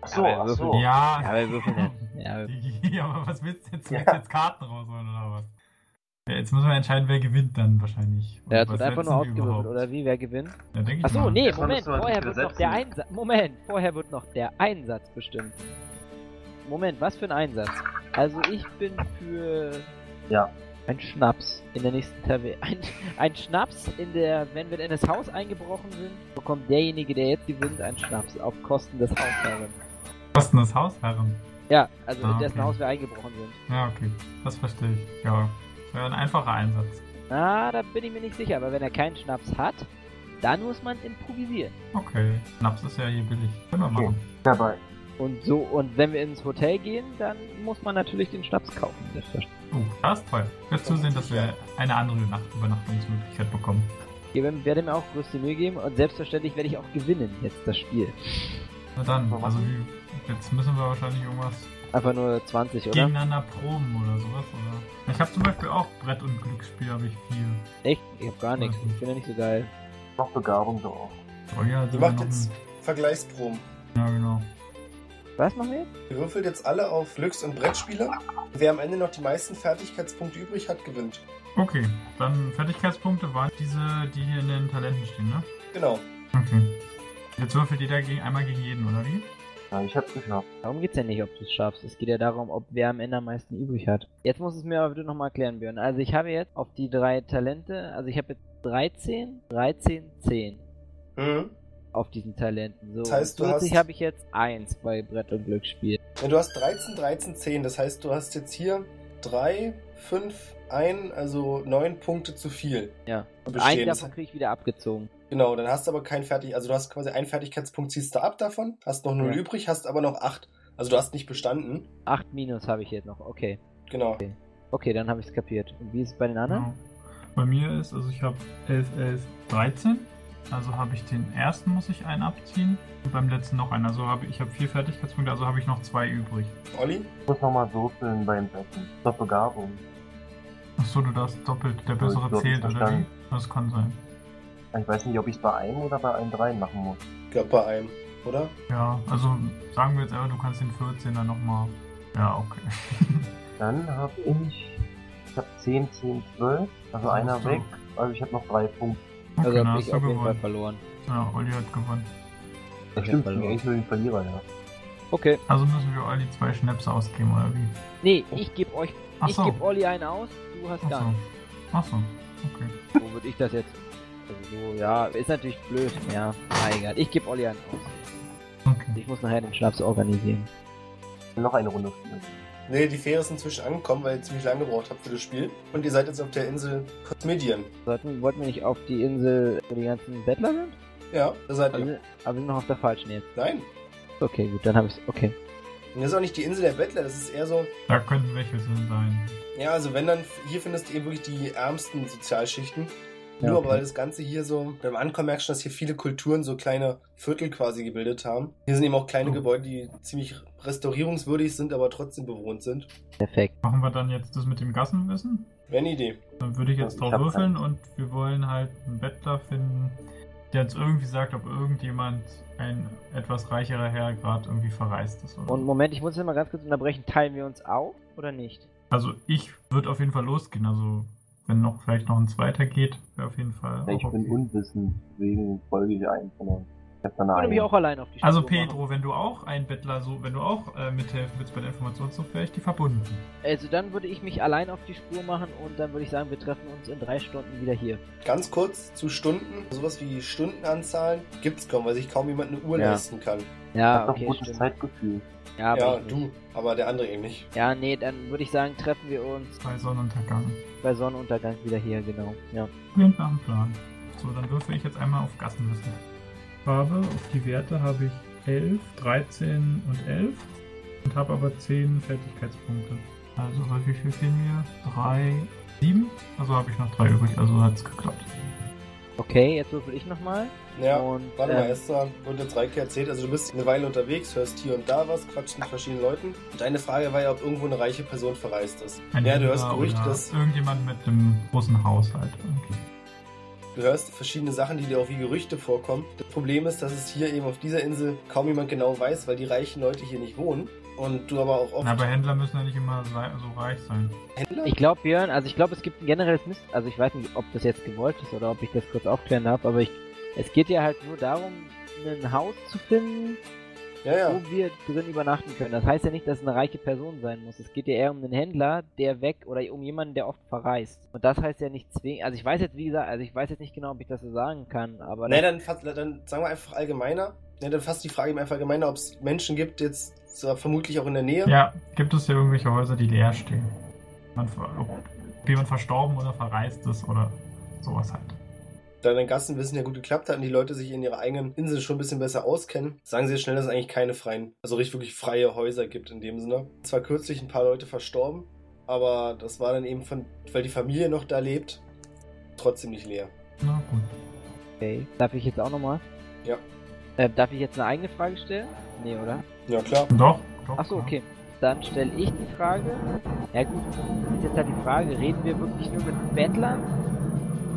Speaker 4: Ach so,
Speaker 5: Ja,
Speaker 4: ach
Speaker 5: aber
Speaker 4: so.
Speaker 5: wirklich-
Speaker 3: Ja,
Speaker 5: Oh. Ja, wir würfeln jetzt. Ja, wir-
Speaker 3: ja, aber was willst du jetzt?
Speaker 4: Ja.
Speaker 3: Willst du jetzt Karten rausholen oder was? Ja, jetzt müssen wir entscheiden, wer gewinnt dann wahrscheinlich. Und
Speaker 5: ja, es
Speaker 3: was
Speaker 5: wird einfach
Speaker 3: setzen
Speaker 5: nur
Speaker 3: wir
Speaker 5: ausgewürfelt,
Speaker 3: überhaupt?
Speaker 5: oder wie? Wer gewinnt?
Speaker 3: Ja, denk ich
Speaker 5: Achso,
Speaker 3: mal.
Speaker 5: nee,
Speaker 4: Erstmal
Speaker 5: Moment,
Speaker 4: müssen wir die
Speaker 5: vorher wird noch der
Speaker 4: besetzen.
Speaker 5: Einsatz. Moment, vorher wird noch der Einsatz bestimmt. Moment, was für ein Einsatz? Also ich bin für
Speaker 4: Ja.
Speaker 5: ein Schnaps in der nächsten Taverne. Ein, ein Schnaps in der, wenn wir in das Haus eingebrochen sind, bekommt derjenige, der jetzt gewinnt, einen Schnaps auf Kosten des Hausherren.
Speaker 3: Kosten das Hausherren.
Speaker 5: Ja, also
Speaker 3: Ah,
Speaker 5: in dessen
Speaker 3: okay.
Speaker 5: Haus wir eingebrochen sind.
Speaker 3: Ja, okay. Das verstehe ich. Ja. Das wäre ein einfacher Einsatz.
Speaker 5: Ah, da bin ich mir nicht sicher, aber wenn er keinen Schnaps hat, dann muss man improvisieren.
Speaker 3: Okay. Schnaps ist ja hier billig. Können wir
Speaker 4: Okay.
Speaker 3: machen.
Speaker 4: Dabei.
Speaker 5: Und so, und wenn wir ins Hotel gehen, dann muss man natürlich den Schnaps kaufen. selbstverständlich.
Speaker 3: Uh, das ist teuer. Ich werde zusehen, dass wir eine andere Nachtübernachtungsmöglichkeit bekommen.
Speaker 5: Ich werde mir auch größte Mühe geben und selbstverständlich werde ich auch gewinnen jetzt das Spiel.
Speaker 3: Na dann,
Speaker 4: Warum?
Speaker 3: also wie, jetzt müssen wir wahrscheinlich irgendwas
Speaker 2: ne?
Speaker 5: Einfach nur 20, oder?
Speaker 3: gegeneinander proben oder sowas, oder? Ich habe zum Beispiel auch Brett und Glücksspiel, habe ich viel.
Speaker 5: Echt? Ich hab gar nichts. Ich bin ja nicht so geil.
Speaker 4: Noch Begabung drauf.
Speaker 3: Oh ja,
Speaker 5: Mhm.
Speaker 2: Ihr
Speaker 3: sogar
Speaker 2: macht
Speaker 3: noch
Speaker 2: jetzt Vergleichsproben.
Speaker 3: ein- Ja, genau.
Speaker 5: Was machen wir jetzt?
Speaker 2: Ihr würfelt jetzt alle auf Glücks- und Brettspiele. Wer am Ende noch die meisten Fertigkeitspunkte übrig hat, gewinnt.
Speaker 3: Okay, dann Fertigkeitspunkte waren diese, die hier in den Talenten stehen, ne?
Speaker 2: Genau.
Speaker 3: Okay. Jetzt würfelt jeder gegen, einmal gegen jeden, oder wie?
Speaker 4: Ja, ich hab's geschafft.
Speaker 5: Darum geht's ja nicht, ob du es schaffst. Es geht ja darum, ob wer am Ende am meisten übrig hat. Jetzt musst du es mir aber bitte nochmal erklären, Björn. Also ich habe jetzt auf die drei Talente, also ich habe jetzt 13, 13, 10
Speaker 2: Mhm.
Speaker 5: auf diesen Talenten. So,
Speaker 2: Das heißt, du
Speaker 5: 40
Speaker 2: hast-
Speaker 5: habe ich jetzt 1 bei Brett und Glücksspiel.
Speaker 2: Ja, du hast 13, 13, 10. Das heißt, du hast jetzt hier 3, 5, 1, also 9 Punkte zu viel.
Speaker 5: Ja. Und
Speaker 2: Bestehen,
Speaker 5: einen
Speaker 2: das
Speaker 5: davon kriege ich wieder abgezogen.
Speaker 2: Genau, dann hast du aber keinen fertig. Also du hast quasi einen Fertigkeitspunkt, ziehst du ab davon, hast noch 0
Speaker 5: Ja.
Speaker 2: übrig, hast aber noch 8. Also du hast nicht bestanden.
Speaker 5: 8 Minus habe ich jetzt noch. Okay.
Speaker 2: Genau.
Speaker 5: Okay, dann habe ich es kapiert. Und wie ist es bei den anderen?
Speaker 3: Genau. Bei mir ist, also ich habe 11, 11, 13. Also habe ich den ersten, muss ich einen abziehen. Und beim letzten noch einen. Also habe ich habe vier Fertigkeitspunkte, also habe ich noch zwei übrig.
Speaker 2: Olli?
Speaker 4: Ich muss nochmal würfeln beim Betten. Noch Begabung.
Speaker 3: Achso, du darfst doppelt, der
Speaker 4: Ja, ich
Speaker 3: Bessere
Speaker 4: glaub,
Speaker 3: zählt,
Speaker 4: das
Speaker 3: oder wie?
Speaker 4: verstanden.
Speaker 3: Das kann sein.
Speaker 4: Ich weiß nicht, ob ich bei einem oder bei allen dreien machen muss.
Speaker 2: Ich glaube bei einem, oder?
Speaker 3: Ja, also sagen wir jetzt einfach, du kannst den 14er nochmal. Ja, okay.
Speaker 4: Dann hab ich. Ich hab 10, 10, 12. Also
Speaker 3: Was
Speaker 4: einer
Speaker 3: machst du?
Speaker 4: weg. Also ich hab noch drei Punkte.
Speaker 3: Okay,
Speaker 5: Also
Speaker 3: dann
Speaker 5: habe
Speaker 3: hast
Speaker 5: ich
Speaker 3: du
Speaker 5: auf jeden Fall
Speaker 3: gewonnen.
Speaker 5: verloren.
Speaker 3: Ja, Olli hat gewonnen.
Speaker 4: Das stimmt,
Speaker 5: Ich hab
Speaker 4: ich bin
Speaker 5: verloren.
Speaker 4: eigentlich nur den Verlierer, ja.
Speaker 5: Okay.
Speaker 3: Also müssen wir Olli zwei Schnaps ausgeben, oder wie?
Speaker 5: Nee, ich gebe euch. Ich
Speaker 3: Achso.
Speaker 5: gebe Olli einen aus, du hast gar
Speaker 3: Achso.
Speaker 5: nichts.
Speaker 3: Achso. Okay.
Speaker 5: Wo würde ich das jetzt? Also so, ja, ist natürlich blöd. Ja, na egal. Ich gebe Olli einen aus.
Speaker 3: Okay.
Speaker 5: Ich muss nachher den Schnaps organisieren.
Speaker 4: Noch eine Runde spielen.
Speaker 2: Nee, die Fähre ist inzwischen angekommen, weil ihr ziemlich lange gebraucht habt für das Spiel. Und ihr seid jetzt auf der Insel Kosmedien.
Speaker 5: Sollten, wollten wir nicht auf die Insel, wo die ganzen Bettler sind?
Speaker 2: Ja, da seid
Speaker 5: Also,
Speaker 2: ihr.
Speaker 5: aber wir sind noch auf der falschen jetzt.
Speaker 2: Nein.
Speaker 5: Okay, gut, dann habe ich Okay.
Speaker 2: Und das ist auch nicht die Insel der Bettler, das ist eher so.
Speaker 3: Da könnten welche drin sein.
Speaker 2: Ja, also wenn dann, hier findest du eben wirklich die ärmsten Sozialschichten.
Speaker 5: Ja,
Speaker 2: Nur
Speaker 5: okay.
Speaker 2: weil das Ganze hier so, beim Ankommen merkst du, dass hier viele Kulturen so kleine Viertel quasi gebildet haben. Hier sind eben auch kleine
Speaker 3: Oh.
Speaker 2: Gebäude, die ziemlich restaurierungswürdig sind, aber trotzdem bewohnt sind.
Speaker 5: Perfekt.
Speaker 3: Machen wir dann jetzt das mit dem Gassenwissen?
Speaker 2: Wäre eine Idee.
Speaker 3: Dann würde ich jetzt
Speaker 4: Ich
Speaker 3: drauf
Speaker 4: hab
Speaker 3: würfeln
Speaker 4: keinen.
Speaker 3: und wir wollen halt einen Bettler finden, der uns irgendwie sagt, ob irgendjemand ein etwas reicherer Herr gerade irgendwie verreist ist. Oder?
Speaker 5: Und Moment, ich muss jetzt mal ganz kurz unterbrechen. Teilen wir uns auf oder nicht?
Speaker 3: also ich würde auf jeden Fall losgehen. Also wenn noch vielleicht noch ein zweiter geht, wäre auf jeden Fall.
Speaker 4: Ja,
Speaker 3: auch
Speaker 4: ich bin
Speaker 3: okay.
Speaker 4: unwissend, deswegen folge ich einem von euch. Ich hab
Speaker 5: Ich würde mich auch
Speaker 4: danach.
Speaker 5: allein auf die
Speaker 3: also
Speaker 5: Spur machen.
Speaker 3: Pedro, wenn du auch ein Bettler so, wenn du auch äh, mithelfen willst bei der Informationssuche, wäre ich dir verbunden.
Speaker 5: Also dann würde ich mich allein auf die Spur machen und dann würde ich sagen, wir treffen uns in drei Stunden wieder hier.
Speaker 2: Ganz kurz zu Stunden, sowas wie Stundenanzahlen gibt's kaum, weil sich kaum jemand eine Uhr
Speaker 5: Ja.
Speaker 2: leisten kann.
Speaker 5: Ja,
Speaker 4: Hab doch ein
Speaker 5: Ah, okay,
Speaker 4: gutes
Speaker 5: stimmt.
Speaker 4: Zeitgefühl.
Speaker 5: Ja, aber
Speaker 2: ja,
Speaker 5: ich
Speaker 2: du, aber der andere eben nicht.
Speaker 5: nicht. ja, nee, dann würde ich sagen, treffen wir uns
Speaker 3: Bei Sonnenuntergang.
Speaker 5: bei Sonnenuntergang wieder hier, genau. Ja.
Speaker 3: Klingt nach dem Plan. So, dann würfe ich jetzt einmal auf Gassenwissen. Farbe, auf die Werte habe ich 11, 13 und 11 und habe aber 10 Fertigkeitspunkte. Also bei wie viel fehlen mir? 3, 7. Also habe ich noch 3 übrig, also hat es geklappt.
Speaker 5: Okay, jetzt würfel ich nochmal.
Speaker 2: Ja.
Speaker 5: und,
Speaker 2: Warte mal,
Speaker 5: ähm,
Speaker 2: Esther wird jetzt Reike erzählt, also du bist eine Weile unterwegs, hörst hier und da was, quatscht mit verschiedenen Leuten. Und eine Frage war ja, ob irgendwo eine reiche Person verreist ist.
Speaker 3: Ein
Speaker 2: ja, du hörst
Speaker 3: Händler
Speaker 2: Gerüchte,
Speaker 3: oder
Speaker 2: dass,
Speaker 3: halt Irgendjemand mit einem großen Haushalt. Okay.
Speaker 2: du Du hörst verschiedene Sachen, die dir auch wie Gerüchte vorkommen. Das Problem ist, dass es hier eben auf dieser Insel kaum jemand genau weiß, weil die reichen Leute hier nicht wohnen. Und du aber auch oft
Speaker 3: Na, aber Händler müssen ja nicht immer sei- so reich sein.
Speaker 2: Händler
Speaker 5: Ich glaube, Björn, also ich glaube, es gibt ein generelles Mist. Also ich weiß nicht, ob das jetzt gewollt ist oder ob ich das kurz aufklären darf, aber ich, es geht ja halt nur darum, ein Haus zu finden,
Speaker 2: ja, ja.
Speaker 5: wo wir drin übernachten können. Das heißt ja nicht, dass es eine reiche Person sein muss. Es geht ja eher um einen Händler, der weg oder um jemanden, der oft verreist. Und das heißt ja nicht zwingend. Also ich weiß jetzt, wie gesagt, also ich weiß jetzt nicht genau, ob ich das so sagen kann, aber
Speaker 2: Nein, dann, fass- dann sagen wir einfach allgemeiner. Nein, dann fasst die Frage eben einfach allgemeiner, ob es Menschen gibt, jetzt zwar vermutlich auch in der Nähe.
Speaker 3: Ja, gibt es hier irgendwelche Häuser, die leer stehen? Man, ver- ob jemand verstorben oder verreist ist oder sowas halt.
Speaker 2: Da dein Gassenwissen ja gut geklappt hat und die Leute sich in ihrer eigenen Insel schon ein bisschen besser auskennen, sagen sie jetzt schnell, dass es eigentlich keine freien, also richtig wirklich freie Häuser gibt in dem Sinne. Zwar kürzlich ein paar Leute verstorben, aber das war dann eben von, weil die Familie noch da lebt, trotzdem nicht leer.
Speaker 3: Na gut.
Speaker 5: okay. Darf ich jetzt auch nochmal?
Speaker 2: Ja.
Speaker 5: Äh, darf ich jetzt eine eigene Frage stellen? Nee, oder?
Speaker 2: Ja, klar.
Speaker 3: Doch, doch.
Speaker 5: Achso,
Speaker 3: ja.
Speaker 5: okay. Dann stelle ich die Frage. Ja gut, ist jetzt halt die Frage, reden wir wirklich nur mit Bettlern?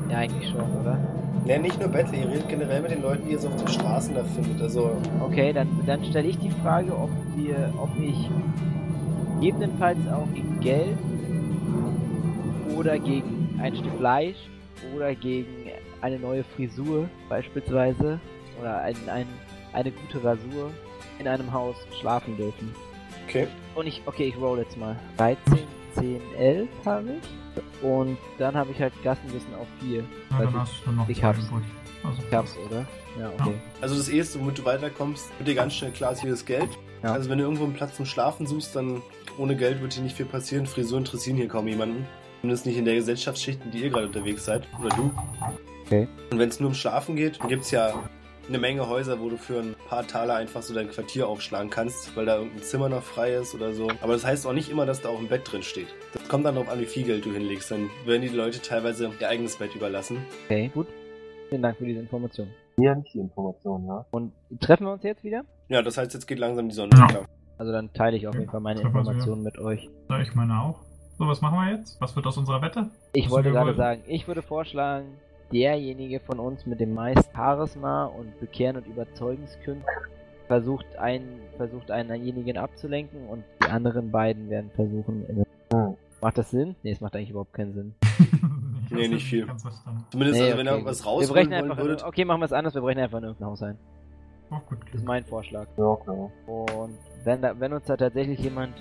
Speaker 5: Ja, eigentlich schon, oder?
Speaker 2: Ja, nicht nur Bettler, ihr redet generell mit den Leuten, die ihr so auf den Straßen da findet. Also,
Speaker 5: Okay, dann, dann stelle ich die Frage, ob wir, ob ich gegebenenfalls auch gegen Geld oder gegen ein Stück Fleisch oder gegen eine neue Frisur beispielsweise oder ein, ein, eine gute Rasur in einem Haus schlafen dürfen.
Speaker 2: okay.
Speaker 5: Und ich, okay, ich roll jetzt mal. 13, 10, 11 habe ich. Und dann habe ich halt Gassenwissen auf 4.
Speaker 3: Na,
Speaker 5: Also,
Speaker 3: dann hast du noch
Speaker 5: ich
Speaker 3: zwei
Speaker 5: hab's.
Speaker 3: übrig. Also,
Speaker 5: Ich hab's, oder? Ja, okay.
Speaker 2: Also das erste, womit du weiterkommst, wird dir ganz schnell klar, ist hier das Geld.
Speaker 5: Ja.
Speaker 2: Also wenn du irgendwo einen Platz zum Schlafen suchst, dann ohne Geld wird hier nicht viel passieren. Frisuren interessieren hier kaum jemanden. Zumindest nicht in der Gesellschaftsschicht, in die ihr gerade unterwegs seid. Oder du.
Speaker 5: Okay.
Speaker 2: Und wenn es nur um Schlafen geht, dann gibt's ja eine Menge Häuser, wo du für ein paar Taler einfach so dein Quartier aufschlagen kannst, weil da irgendein Zimmer noch frei ist oder so. Aber das heißt auch nicht immer, dass da auch ein Bett drin steht. Das kommt dann darauf an, wie viel Geld du hinlegst. Dann werden die Leute teilweise ihr eigenes Bett überlassen.
Speaker 5: okay, gut. Vielen Dank für diese Information.
Speaker 4: Hier haben die Informationen, ja.
Speaker 5: Und treffen wir uns jetzt wieder?
Speaker 2: Ja, das heißt, jetzt geht langsam die Sonne
Speaker 3: Ja.
Speaker 2: unter.
Speaker 5: Also dann teile ich auf jeden Fall meine
Speaker 3: Treffen wir uns
Speaker 5: Informationen mit euch.
Speaker 3: Ja, ich meine auch. So, was machen wir jetzt? Was wird aus unserer Wette?
Speaker 5: Ich
Speaker 3: Hast du
Speaker 5: wollte
Speaker 3: mir
Speaker 5: gerade
Speaker 3: geholfen?
Speaker 5: sagen, ich würde vorschlagen, derjenige von uns mit dem meisten Charisma und Bekehren und Überzeugungskünsten versucht einen, versucht einenjenigen abzulenken und die anderen beiden werden versuchen. in-
Speaker 4: Hm.
Speaker 5: Macht das Sinn? Nee, es macht eigentlich überhaupt keinen Sinn.
Speaker 3: Ich
Speaker 2: Nee,
Speaker 3: hab's
Speaker 2: nicht viel.
Speaker 3: Ganz verstanden.
Speaker 2: Zumindest,
Speaker 5: nee,
Speaker 2: also, wenn ihr
Speaker 5: okay,
Speaker 2: was
Speaker 5: gut. wir brechen
Speaker 2: rausholen wollen
Speaker 5: einfach
Speaker 2: würdet.
Speaker 5: Okay, machen wir es anders, wir brechen einfach in irgendein Haus ein.
Speaker 3: Auch gut.
Speaker 5: Das ist mein Vorschlag.
Speaker 4: Ja, klar.
Speaker 5: Und wenn da, wenn uns da tatsächlich jemand,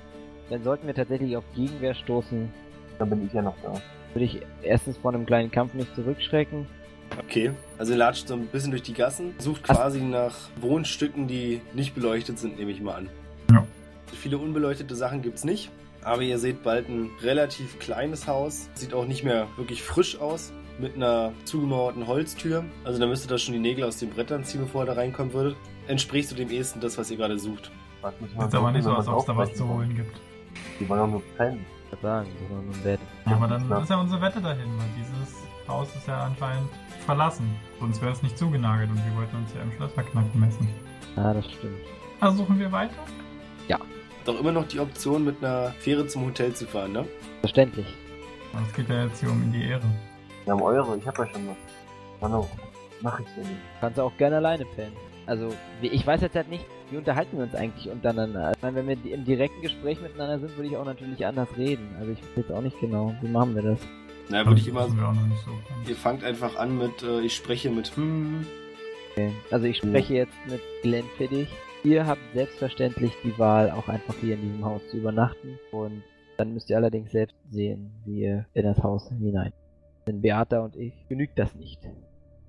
Speaker 5: dann sollten wir tatsächlich auf Gegenwehr stoßen,
Speaker 4: Dann bin ich ja noch da.
Speaker 5: würde ich erstens vor einem kleinen Kampf nicht zurückschrecken.
Speaker 2: Okay, also ihr latscht so ein bisschen durch die Gassen, sucht
Speaker 5: Ach.
Speaker 2: quasi nach Wohnstücken, die nicht beleuchtet sind, nehme ich mal an.
Speaker 3: Ja.
Speaker 2: Viele unbeleuchtete Sachen gibt's nicht, aber ihr seht bald ein relativ kleines Haus, sieht auch nicht mehr wirklich frisch aus, mit einer zugemauerten Holztür. Also da müsstet ihr schon die Nägel aus den Brettern ziehen, bevor ihr da reinkommen würdet. Entspricht so dem ehesten das, was ihr gerade sucht.
Speaker 4: Was müssen wir
Speaker 3: Jetzt aber
Speaker 4: suchen,
Speaker 3: nicht so,
Speaker 4: wenn
Speaker 3: als
Speaker 4: wir
Speaker 3: ob es da was
Speaker 4: aufbrechen
Speaker 3: zu
Speaker 4: wollen?
Speaker 3: holen gibt.
Speaker 4: Die wollen doch nur pennen.
Speaker 5: Ich würde sagen, sogar nur im Bett.
Speaker 3: Ja, aber dann
Speaker 4: klar.
Speaker 3: ist ja unsere Wette dahin, weil dieses Haus ist ja anscheinend verlassen. Sonst wäre es nicht zugenagelt und wir wollten uns ja im Schlösserknacken messen.
Speaker 5: Ah, das stimmt.
Speaker 3: Also suchen wir weiter?
Speaker 2: Doch immer noch die Option, mit einer Fähre zum Hotel zu fahren, ne?
Speaker 5: Verständlich.
Speaker 3: Aber Es geht ja jetzt hier um in die Ehre.
Speaker 4: Wir haben Euro, ich hab ja schon was. Hallo, mach ich hier nicht.
Speaker 5: Kannst du auch gerne alleine pennen. Also, wie- ich weiß jetzt halt nicht, wie unterhalten wir uns eigentlich untereinander? Ich meine, wenn wir di- im direkten Gespräch miteinander sind, würde ich auch natürlich anders reden. Also, ich weiß jetzt auch nicht genau, wie machen wir das?
Speaker 2: Na, würde ich immer.
Speaker 3: Wissen wir auch noch nicht so.
Speaker 2: Ihr fangt einfach an mit, äh, ich spreche mit hm,
Speaker 5: Also, ich spreche jetzt mit Glenn für dich. Ihr habt selbstverständlich die Wahl, auch einfach hier in diesem Haus zu übernachten. Und dann müsst ihr allerdings selbst sehen, wie ihr in das Haus hinein. Denn Beata und ich genügt das nicht.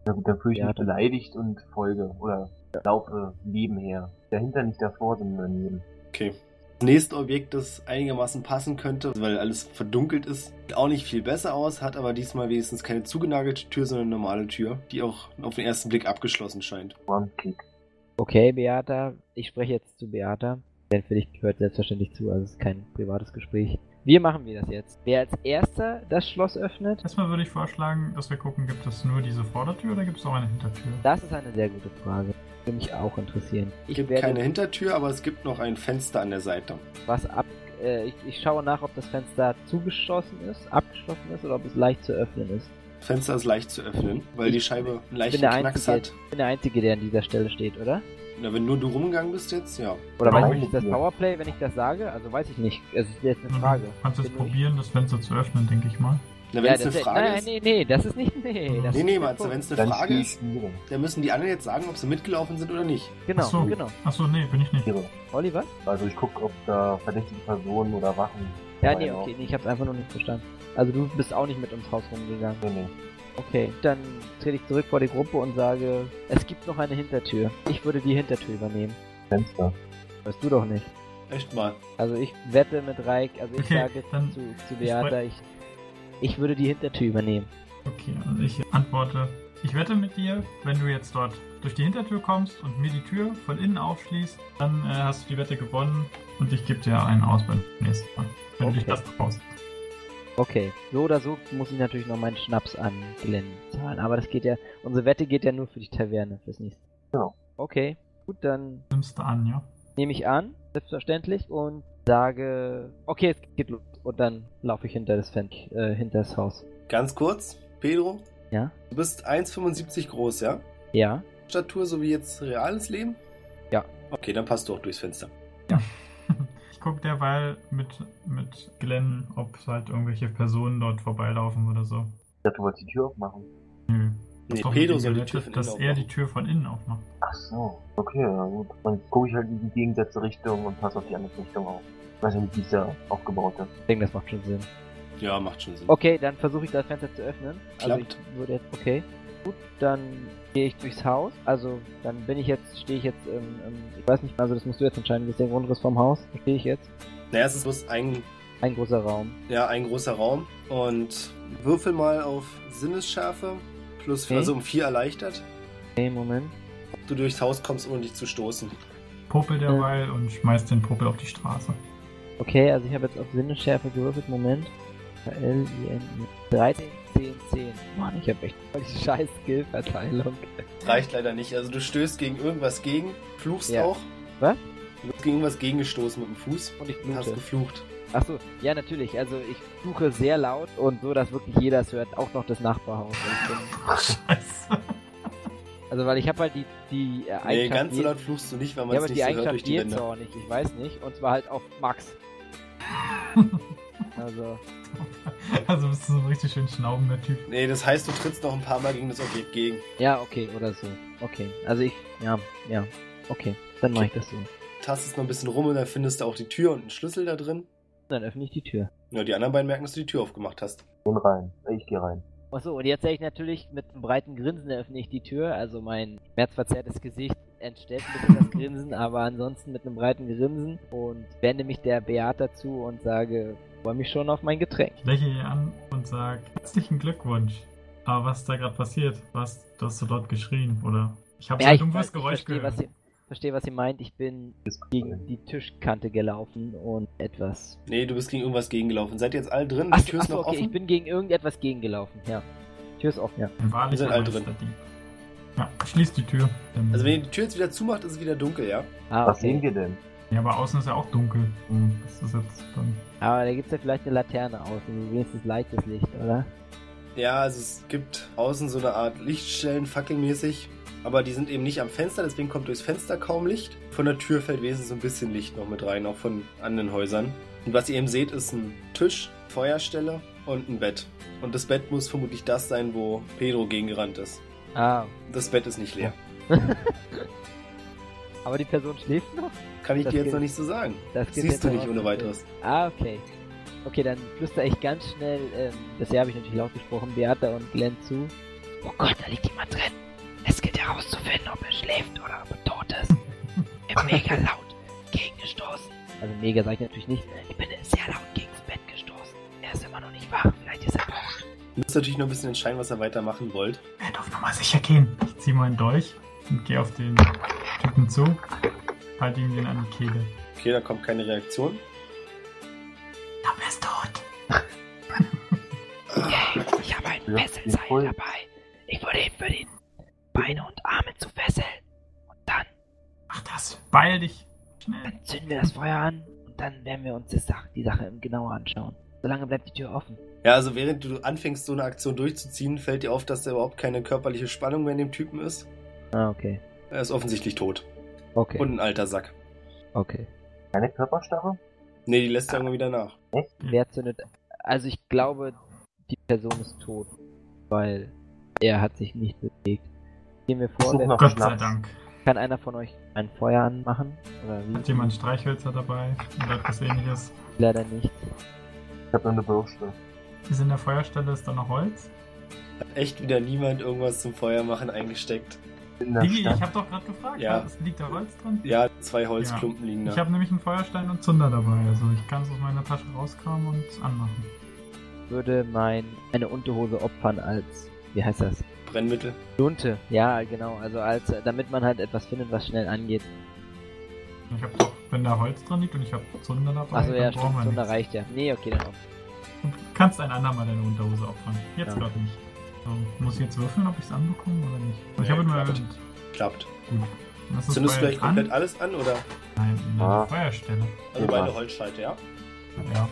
Speaker 4: Na gut, dann fühle ich
Speaker 5: Ja,
Speaker 4: mich
Speaker 5: dann-
Speaker 4: beleidigt und folge. Oder laufe nebenher. Dahinter nicht davor, sondern neben.
Speaker 2: Okay. Das nächste Objekt, das einigermaßen passen könnte, weil alles verdunkelt ist, sieht auch nicht viel besser aus, hat aber diesmal wenigstens keine zugenagelte Tür, sondern eine normale Tür, die auch auf den ersten Blick abgeschlossen scheint.
Speaker 4: One-Click.
Speaker 5: Okay, Beata, ich spreche jetzt zu Beata. Denn für dich gehört selbstverständlich zu, also es ist kein privates Gespräch. Wie machen wir das jetzt? Wer als erster das Schloss öffnet?
Speaker 3: Erstmal würde ich vorschlagen, dass wir gucken, gibt es nur diese Vordertür oder gibt es auch eine Hintertür?
Speaker 5: Das ist eine sehr gute Frage. Würde mich auch interessieren.
Speaker 2: Es
Speaker 5: Ich
Speaker 2: gibt
Speaker 5: werde
Speaker 2: keine Hintertür, aber es gibt noch ein Fenster an der Seite.
Speaker 5: was ab. Äh, ich, ich schaue nach, ob das Fenster zugeschossen ist, abgeschlossen ist oder ob es leicht zu öffnen ist.
Speaker 2: Fenster ist leicht zu öffnen, weil die Scheibe einen
Speaker 5: Ich
Speaker 2: leichten
Speaker 5: bin, der
Speaker 2: Knacks
Speaker 5: Einzige,
Speaker 2: hat.
Speaker 5: ich bin der Einzige, der an dieser Stelle steht, oder?
Speaker 2: Na, wenn nur du rumgegangen bist jetzt, ja.
Speaker 5: Oder
Speaker 3: Nein,
Speaker 5: weiß ich
Speaker 4: nicht
Speaker 5: das
Speaker 4: mehr.
Speaker 5: Powerplay, wenn ich das sage? Also weiß ich nicht. Es ist jetzt eine
Speaker 3: Mhm.
Speaker 5: Frage.
Speaker 3: Kannst du es
Speaker 5: Bin nur ich-
Speaker 3: probieren, das Fenster zu öffnen, denke ich mal.
Speaker 2: Na, wenn
Speaker 5: Ja,
Speaker 2: es eine
Speaker 5: das-
Speaker 2: Frage
Speaker 5: nein,
Speaker 2: ist.
Speaker 5: nee, nee, das ist nicht. Nee, das
Speaker 3: Mhm.
Speaker 2: Nee,
Speaker 5: ist
Speaker 2: nee,
Speaker 5: der
Speaker 2: Matze,
Speaker 5: Punkt.
Speaker 2: wenn es eine
Speaker 4: Dann
Speaker 2: Frage ist,
Speaker 4: schließen wir.
Speaker 2: dann müssen die anderen jetzt sagen, ob sie mitgelaufen sind oder nicht.
Speaker 5: Genau,
Speaker 3: Ach so.
Speaker 5: genau.
Speaker 3: Achso, nee, bin ich nicht.
Speaker 4: Ihre.
Speaker 5: Oliver?
Speaker 4: Also ich gucke, ob da verdächtige Personen oder Wachen.
Speaker 5: Ja,
Speaker 4: Nein,
Speaker 5: nee,
Speaker 4: auch.
Speaker 5: okay, nee, ich hab's einfach nur nicht verstanden. Also du bist auch nicht mit ums Haus rumgegangen.
Speaker 4: Nee, nee.
Speaker 5: Okay, dann trete ich zurück vor die Gruppe und sage, es gibt noch eine Hintertür. Ich würde die Hintertür übernehmen.
Speaker 4: Fenster.
Speaker 5: Weißt du doch nicht.
Speaker 2: Echt mal.
Speaker 5: Also ich wette mit Reik, also ich
Speaker 3: Okay,
Speaker 5: sage
Speaker 3: dann-
Speaker 5: zu, zu Beata, ich, ich würde die Hintertür übernehmen.
Speaker 3: Okay, also ich antworte. Ich wette mit dir, wenn du jetzt dort durch die Hintertür kommst und mir die Tür von innen aufschließt, dann äh, hast du die Wette gewonnen und ich gebe dir einen aus beim nächsten Mal. Wenn du dich
Speaker 5: Okay.
Speaker 3: das traust.
Speaker 5: Okay, so oder so muss ich natürlich noch meinen Schnaps an Glenn zahlen. Aber das geht ja, unsere Wette geht ja nur für die Taverne, fürs nächste.
Speaker 4: Genau.
Speaker 5: Okay, gut, dann
Speaker 3: Nimmst du an, ja?
Speaker 5: nehme ich an, selbstverständlich, und sage, okay, es geht los. Und dann laufe ich hinter das, Fen äh, hinter das Haus.
Speaker 2: Ganz kurz, Pedro.
Speaker 5: Ja?
Speaker 2: Du bist 1,75 groß, ja?
Speaker 5: Ja,
Speaker 2: Statur, so wie jetzt reales Leben?
Speaker 5: Ja.
Speaker 2: Okay, dann passt du auch durchs Fenster.
Speaker 3: Ich gucke derweil mit, mit Glenn, ob halt irgendwelche Personen dort vorbeilaufen oder so.
Speaker 4: Ich dachte, du wolltest die Tür aufmachen.
Speaker 3: Nö.
Speaker 2: Nee,
Speaker 3: Doch,
Speaker 2: Pedro
Speaker 3: mit
Speaker 2: soll die
Speaker 3: dem
Speaker 2: Tür von
Speaker 3: Gerät, Dass
Speaker 2: innen
Speaker 3: er die
Speaker 2: aufmachen.
Speaker 3: Tür von innen aufmacht.
Speaker 4: Ach so. Okay, ja gut. Dann gucke ich halt in die gegensätze Richtung und passe auf die andere Richtung auf. Ich weiß nicht, wie es da aufgebaut ist.
Speaker 5: ich denke, das macht schon Sinn.
Speaker 2: Ja, macht schon Sinn.
Speaker 5: Okay, dann versuche ich das Fenster zu öffnen.
Speaker 2: Klappt.
Speaker 5: Also ich würde jetzt, okay. Gut, dann gehe ich durchs Haus. Also dann bin ich jetzt, stehe ich jetzt, ähm, ähm, ich weiß nicht, also das musst du jetzt entscheiden, das ist der Grundriss vom Haus. Wo stehe ich jetzt?
Speaker 2: Naja, es ist bloß ein,
Speaker 5: Ein großer Raum.
Speaker 2: ja, ein großer Raum. Und würfel mal auf Sinnesschärfe. Plus,
Speaker 5: Okay.
Speaker 2: also um 4 erleichtert.
Speaker 5: Okay, Moment.
Speaker 2: Ob du durchs Haus kommst, ohne dich zu stoßen.
Speaker 3: Popel derweil und schmeißt den Popel auf die Straße.
Speaker 5: Okay, also ich habe jetzt auf Sinnesschärfe gewürfelt. Moment. L, I, N, E. I. 13, 10, 10. Mann, ich habe echt voll die scheiß Skill-Verteilung.
Speaker 2: Das reicht leider nicht. Also du stößt gegen irgendwas gegen, fluchst
Speaker 5: Ja.
Speaker 2: auch.
Speaker 5: Was?
Speaker 2: Du bist gegen irgendwas gegengestoßen mit dem Fuß
Speaker 5: Und ich
Speaker 2: und hast
Speaker 5: blute.
Speaker 2: geflucht.
Speaker 5: Achso, ja, natürlich. Also ich fluche sehr laut und so, dass wirklich jeder es hört. Auch noch das Nachbarhaus. Also, Ich bin
Speaker 3: Scheiße.
Speaker 5: Also weil ich habe halt die die äh,
Speaker 2: Nee,
Speaker 5: Eigenschaft
Speaker 2: ganz so
Speaker 5: Je-
Speaker 2: laut fluchst du nicht, weil man
Speaker 5: ja,
Speaker 2: es
Speaker 5: aber
Speaker 2: nicht
Speaker 5: die
Speaker 2: so hört durch
Speaker 5: Eigenschaft
Speaker 2: die
Speaker 5: geht
Speaker 2: Wände.
Speaker 5: auch nicht, ich weiß nicht und zwar halt auf Max. also
Speaker 3: Also bist du so ein richtig schön schnaubender Typ.
Speaker 2: Nee, das heißt, du trittst noch ein paar Mal gegen das Objekt gegen.
Speaker 5: ja, okay oder so. Okay. Also ich ja, ja. Okay, dann mache ich das so.
Speaker 2: Tastest mal ein bisschen rum und dann findest du auch die Tür und einen Schlüssel da drin.
Speaker 5: Dann öffne ich die Tür.
Speaker 2: Ja, die anderen beiden merken, dass du die Tür aufgemacht hast.
Speaker 4: Gehen rein. Äh, Ich gehe rein.
Speaker 5: Achso, und jetzt sehe ich natürlich mit einem breiten Grinsen öffne ich die Tür, also mein schmerzverzerrtes Gesicht entstellt ein bisschen das Grinsen, aber ansonsten mit einem breiten Grinsen und wende mich der Beata zu und sage, freue mich schon auf mein Getränk.
Speaker 3: Ich lächle ihr an und sag, herzlichen Glückwunsch. Aber was ist da gerade passiert? Was, du hast du dort geschrien, oder? Ich habe so ein dumpfes
Speaker 5: weiß,
Speaker 3: Geräusch
Speaker 5: verstehe,
Speaker 3: gehört.
Speaker 5: was ihr, verstehe, was ihr meint. Ich bin gegen die Tischkante gelaufen und etwas.
Speaker 2: Nee, du bist gegen irgendwas gegengelaufen. Seid ihr jetzt alle drin?
Speaker 5: Achso,
Speaker 2: die Tür ist
Speaker 5: achso,
Speaker 2: noch
Speaker 5: okay, ich
Speaker 2: offen?
Speaker 5: bin gegen irgendetwas gegengelaufen, ja. Tür ist offen, ja.
Speaker 3: Ein
Speaker 2: Wir
Speaker 3: wahrlicher
Speaker 2: sind alle
Speaker 3: Meister
Speaker 2: drin.
Speaker 3: Dieb. Ja, schließ die Tür. Ähm,
Speaker 2: Also wenn ihr die Tür jetzt wieder zumacht, ist es wieder dunkel, ja?
Speaker 5: Ah,
Speaker 4: Was sehen
Speaker 5: okay.
Speaker 4: wir denn?
Speaker 3: ja, aber außen ist ja auch dunkel. Hm, Das ist jetzt dann...
Speaker 5: Aber Ah, da gibt's ja vielleicht eine Laterne aus, wenigstens leichtes Licht, oder?
Speaker 2: Ja, also es gibt außen so eine Art Lichtstellen, fackelmäßig. Aber die sind eben nicht am Fenster, deswegen kommt durchs Fenster kaum Licht. Von der Tür fällt wesentlich so ein bisschen Licht noch mit rein, auch von anderen Häusern. Und was ihr eben seht, ist ein Tisch, Feuerstelle und ein Bett. Und das Bett muss vermutlich das sein, wo Pedro gegengerannt ist.
Speaker 5: Ah.
Speaker 2: Das Bett ist nicht leer.
Speaker 5: Aber die Person schläft noch?
Speaker 2: Kann ich
Speaker 5: Das
Speaker 2: dir jetzt
Speaker 5: geht-
Speaker 2: noch nicht so sagen.
Speaker 5: Das
Speaker 2: Das
Speaker 5: geht
Speaker 2: siehst
Speaker 5: jetzt
Speaker 2: du
Speaker 5: noch
Speaker 2: nicht
Speaker 5: aus.
Speaker 2: ohne weiteres.
Speaker 5: Ah, okay. Okay, dann flüstere ich ganz schnell, ähm, bisher habe ich natürlich laut gesprochen, Beata und Glenn zu. Oh Gott, da liegt jemand drin. Es gilt herauszufinden, ob er schläft oder ob er tot ist. Ich bin mega laut gegengestoßen. Also mega sage ich natürlich nicht. Ich bin sehr laut gegens Bett gestoßen. Er ist immer noch nicht wach. Vielleicht ist er wach.
Speaker 2: Du musst natürlich noch ein bisschen entscheiden, was ihr weitermachen wollt.
Speaker 3: Er darf nochmal sicher gehen. Ich zieh meinen Dolch und gehe auf den Typen zu. Halt Halte ihm den an die Kehle.
Speaker 2: Okay, da kommt keine Reaktion.
Speaker 3: Da bist du tot.
Speaker 5: Yay, ich habe ein
Speaker 4: Ja,
Speaker 5: Fesselseil
Speaker 4: ich voll.
Speaker 5: dabei. Ich würde ihn für die Beine und Arme zu fesseln. Und dann
Speaker 3: Mach das. Beeil dich. Schnell.
Speaker 5: Dann zünden wir das Feuer an und dann werden wir uns die Sache, die Sache genauer anschauen. Solange bleibt die Tür offen.
Speaker 2: Ja, also während du anfängst, so eine Aktion durchzuziehen, fällt dir auf, dass da überhaupt keine körperliche Spannung mehr in dem Typen ist.
Speaker 5: Ah, okay.
Speaker 2: Er ist offensichtlich tot.
Speaker 5: Okay.
Speaker 2: Und ein alter Sack.
Speaker 5: okay.
Speaker 4: Keine Körperstarre?
Speaker 2: Nee, die
Speaker 5: Ah.
Speaker 2: lässt er irgendwann wieder nach.
Speaker 5: Wer zündet. Also ich glaube, die Person ist tot, weil er hat sich nicht bewegt. Gehen wir vor,
Speaker 4: Such
Speaker 5: wer,
Speaker 4: nach-
Speaker 3: Gott sei
Speaker 4: Schnaps.
Speaker 3: Dank.
Speaker 5: kann einer von euch ein Feuer anmachen? Oder wie?
Speaker 3: Hat jemand Streichhölzer dabei oder etwas ähnliches?
Speaker 5: Leider nicht.
Speaker 4: Ich habe nur eine Bürste.
Speaker 3: Ist in der Feuerstelle ist da noch Holz?
Speaker 2: Hat echt wieder niemand irgendwas zum Feuermachen eingesteckt.
Speaker 4: In der
Speaker 3: Digi, ich
Speaker 4: Stadt.
Speaker 3: habe doch gerade gefragt,
Speaker 2: Ja.
Speaker 3: ja. liegt da Holz drin?
Speaker 2: Ja, genau. zwei Holzklumpen liegen
Speaker 3: Ich
Speaker 2: da.
Speaker 3: habe nämlich einen Feuerstein und Zunder dabei, also ich kann es aus meiner Tasche rauskramen und anmachen.
Speaker 5: Würde mein eine Unterhose opfern als wie heißt das?
Speaker 2: Brennmittel.
Speaker 5: Lunte. Ja, genau. Also als damit man halt etwas findet, was schnell angeht.
Speaker 3: Ich habe doch, wenn da Holz drin liegt und ich habe Zunder dabei,
Speaker 5: Achso, ja,
Speaker 3: dann
Speaker 5: stimmt.
Speaker 3: brauchen wir
Speaker 5: Zunder
Speaker 3: nichts.
Speaker 5: reicht ja. Nee, okay, dann auf.
Speaker 3: Du kannst ein andermal deine Unterhose opfern. Jetzt
Speaker 5: Ja.
Speaker 3: doch nicht. So, muss ich jetzt würfeln, ob ich es anbekomme oder nicht?
Speaker 2: Nee,
Speaker 3: ich habe nur
Speaker 2: klappt.
Speaker 3: erwähnt.
Speaker 2: Klappt.
Speaker 3: Gut. Das ist
Speaker 2: Zündest du
Speaker 3: Feuer
Speaker 2: gleich komplett
Speaker 3: an?
Speaker 2: alles an, oder?
Speaker 3: Nein, in der
Speaker 4: Ah.
Speaker 3: Feuerstelle.
Speaker 2: Also
Speaker 4: Ja.
Speaker 2: beide Holzschalte, ja?
Speaker 3: Ja.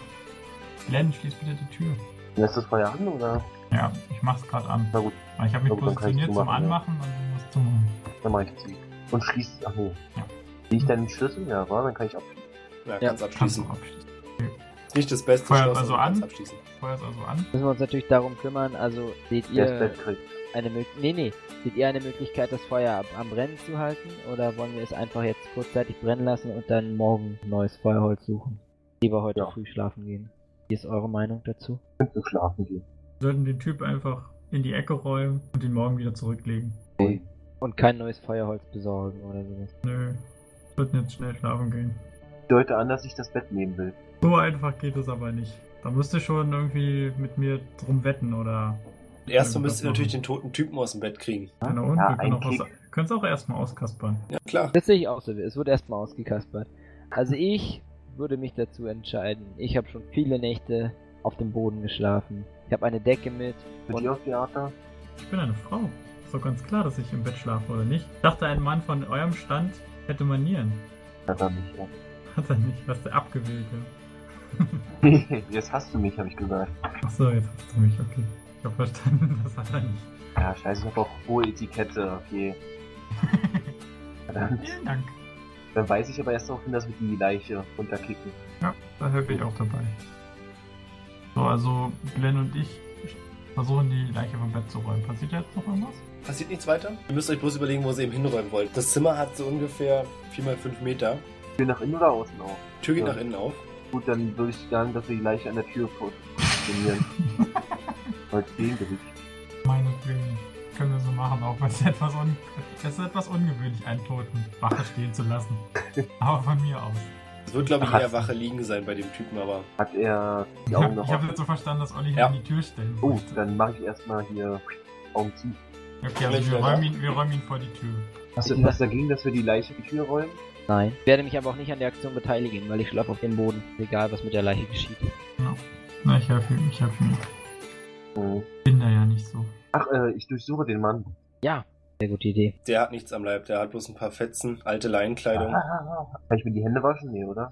Speaker 3: Glenn, schließ bitte die Tür.
Speaker 4: Lässt das Feuer an, oder?
Speaker 3: Ja, ich mach's gerade an.
Speaker 4: Na gut.
Speaker 3: Aber Ah, ich habe mich
Speaker 4: Na gut, dann kann ich
Speaker 3: positioniert zum
Speaker 4: zumachen, ja.
Speaker 3: Anmachen und du musst zumachen.
Speaker 4: Dann mach ich das Lied. Und schließt. Ach nee.
Speaker 3: Ja.
Speaker 4: Sehe ich dann den Schlüssel? Ja, war, dann kann ich ab.
Speaker 2: Ja,
Speaker 5: Ja.
Speaker 2: kannst
Speaker 3: Kannst du
Speaker 2: abschließen.
Speaker 3: abschließen.
Speaker 2: Ist nicht das beste
Speaker 3: Feuer
Speaker 2: Schloss,
Speaker 3: also
Speaker 2: aber kannst
Speaker 3: an?
Speaker 2: abschließen.
Speaker 3: Feuer ist also an.
Speaker 5: Müssen wir uns natürlich darum kümmern. Also seht
Speaker 4: Wer das
Speaker 5: ihr
Speaker 4: Bett kriegt.
Speaker 5: eine Möglichkeit. Nee, nee. Seht ihr eine Möglichkeit, das Feuer ab- am Brennen zu halten? Oder wollen wir es einfach jetzt kurzzeitig brennen lassen und dann morgen neues Feuerholz suchen? Lieber heute
Speaker 4: Ja.
Speaker 5: früh schlafen gehen. Wie ist eure Meinung dazu?
Speaker 4: Könnt ihr schlafen gehen.
Speaker 3: Wir sollten den Typ einfach in die Ecke räumen und ihn morgen wieder zurücklegen.
Speaker 4: Hey.
Speaker 5: Und kein neues Feuerholz besorgen oder sowas.
Speaker 3: Nö. Wir sollten jetzt schnell schlafen gehen.
Speaker 4: Deute an, dass ich das Bett nehmen will.
Speaker 3: So einfach geht es aber nicht. Da müsst ihr schon irgendwie mit mir drum wetten oder.
Speaker 2: Erst
Speaker 3: Ja,
Speaker 2: müsst
Speaker 3: das
Speaker 2: ihr
Speaker 3: machen.
Speaker 2: natürlich den toten Typen aus dem Bett kriegen.
Speaker 3: Keine und
Speaker 4: Ja,
Speaker 3: wir können
Speaker 4: ein
Speaker 3: auch aus,
Speaker 4: Kick.
Speaker 3: können es auch erstmal auskaspern.
Speaker 2: Ja, klar.
Speaker 5: Das sehe ich auch so. Es wird erstmal ausgekaspert. Also ich würde mich dazu entscheiden. Ich habe schon viele Nächte auf dem Boden geschlafen. Ich habe eine Decke mit.
Speaker 4: Für die auf Theater?
Speaker 3: Ich bin eine Frau. Ist doch ganz klar, dass ich im Bett schlafe oder nicht. Ich dachte, ein Mann von eurem Stand hätte Manieren.
Speaker 4: Ja, dann nicht. Ja.
Speaker 3: Hat er nicht, was der abgewählte.
Speaker 4: Jetzt hast du mich, habe ich gesagt.
Speaker 3: Achso, jetzt hast du mich, okay. Ich habe verstanden, das hat er nicht.
Speaker 4: Ja, scheiße, ich habe auch hohe Etikette, okay. Verdammt.
Speaker 3: Vielen Dank.
Speaker 4: Dann weiß ich aber erst noch hin, dass wir die Leiche runterkicken.
Speaker 3: Da helfe ich auch dabei. So, also Glenn und ich versuchen die Leiche vom Bett zu räumen. Passiert jetzt noch irgendwas?
Speaker 2: Passiert nichts weiter? Ihr müsst euch bloß überlegen, wo sie eben hinräumen wollt. Das Zimmer hat so ungefähr 4 mal 5 Meter.
Speaker 4: Tür nach innen oder außen auf?
Speaker 2: Tür geht
Speaker 4: Ja.
Speaker 2: nach innen auf.
Speaker 4: Gut, dann würde ich sagen, dass wir die Leiche an der Tür positionieren. Als Gegengewicht.
Speaker 3: Meinetwegen. Können wir so machen, auch wenn es etwas, un es ist etwas ungewöhnlich, einen Toten Wache stehen zu lassen. Aber von mir aus.
Speaker 2: Es wird, glaube ich,
Speaker 4: Ach.
Speaker 2: eher Wache liegen sein bei dem Typen, aber
Speaker 4: Hat er die
Speaker 3: Ich
Speaker 4: Augen
Speaker 3: habe
Speaker 4: noch
Speaker 3: hab
Speaker 4: offen?
Speaker 3: jetzt so verstanden, dass Olli ihn
Speaker 2: Ja.
Speaker 3: in die Tür stellen
Speaker 4: Oh,
Speaker 3: möchte.
Speaker 4: dann mache ich erstmal hier Augen zu.
Speaker 3: Okay, also wir
Speaker 2: Vielleicht,
Speaker 3: räumen,
Speaker 2: ja.
Speaker 3: ihn, wir räumen ihn vor die Tür.
Speaker 4: Hast du
Speaker 5: Ich
Speaker 4: etwas
Speaker 5: mach-
Speaker 4: dagegen, dass wir die Leiche in die Tür räumen?
Speaker 5: Nein. Ich werde mich aber auch nicht an der Aktion beteiligen, weil ich schlafe auf dem Boden. Egal, was mit der Leiche geschieht.
Speaker 3: Na, ich helfe ihm, ich helfe ihm.
Speaker 4: Mhm.
Speaker 3: Bin da ja nicht so.
Speaker 4: Ach, äh, ich durchsuche den Mann.
Speaker 5: Ja, sehr gute Idee.
Speaker 2: der hat nichts am Leib. Der hat bloß ein paar Fetzen, alte Leinenkleidung.
Speaker 4: Kann ich mir die Hände waschen? Nee, oder?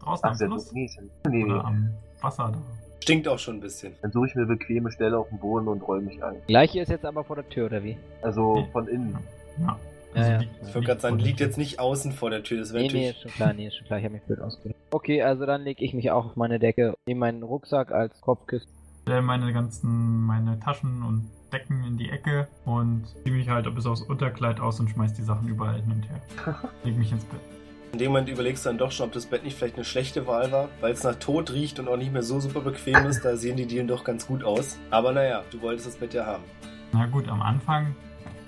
Speaker 3: Draußen
Speaker 4: Ach,
Speaker 3: am
Speaker 4: sehr
Speaker 3: Fluss
Speaker 4: gut. Nee, ist ja nicht. nee, nee.
Speaker 3: oder am Wasser da.
Speaker 2: Stinkt auch schon ein bisschen.
Speaker 4: Dann suche ich mir bequeme Stelle auf dem Boden und räume mich ein.
Speaker 5: Leiche ist jetzt aber vor der Tür, oder wie?
Speaker 4: Also von innen.
Speaker 3: Ja. Also
Speaker 5: Ja, ja.
Speaker 3: liegt-
Speaker 2: Ich würde gerade sagen,
Speaker 3: vor der
Speaker 2: liegt
Speaker 3: Tür.
Speaker 2: jetzt nicht außen vor der Tür. Das wäre
Speaker 5: Nee, nee,
Speaker 2: natürlich.
Speaker 5: ist schon klar, nee, ist schon klar, ich habe mich blöd ausgedacht. Okay, also dann lege ich mich auch auf meine Decke, nehme meinen Rucksack als Kopfkissen.
Speaker 3: stelle meine ganzen, meine Taschen und Decken in die Ecke und ziehe mich halt bis aufs Unterkleid aus und schmeiß die Sachen überall hin und her. Leg mich ins Bett.
Speaker 2: In dem Moment überlegst du dann doch schon, ob das Bett nicht vielleicht eine schlechte Wahl war, weil es nach Tod riecht und auch nicht mehr so super bequem ist. Da sehen die Dielen doch ganz gut aus. Aber naja, du wolltest das Bett ja haben.
Speaker 3: Na gut, am Anfang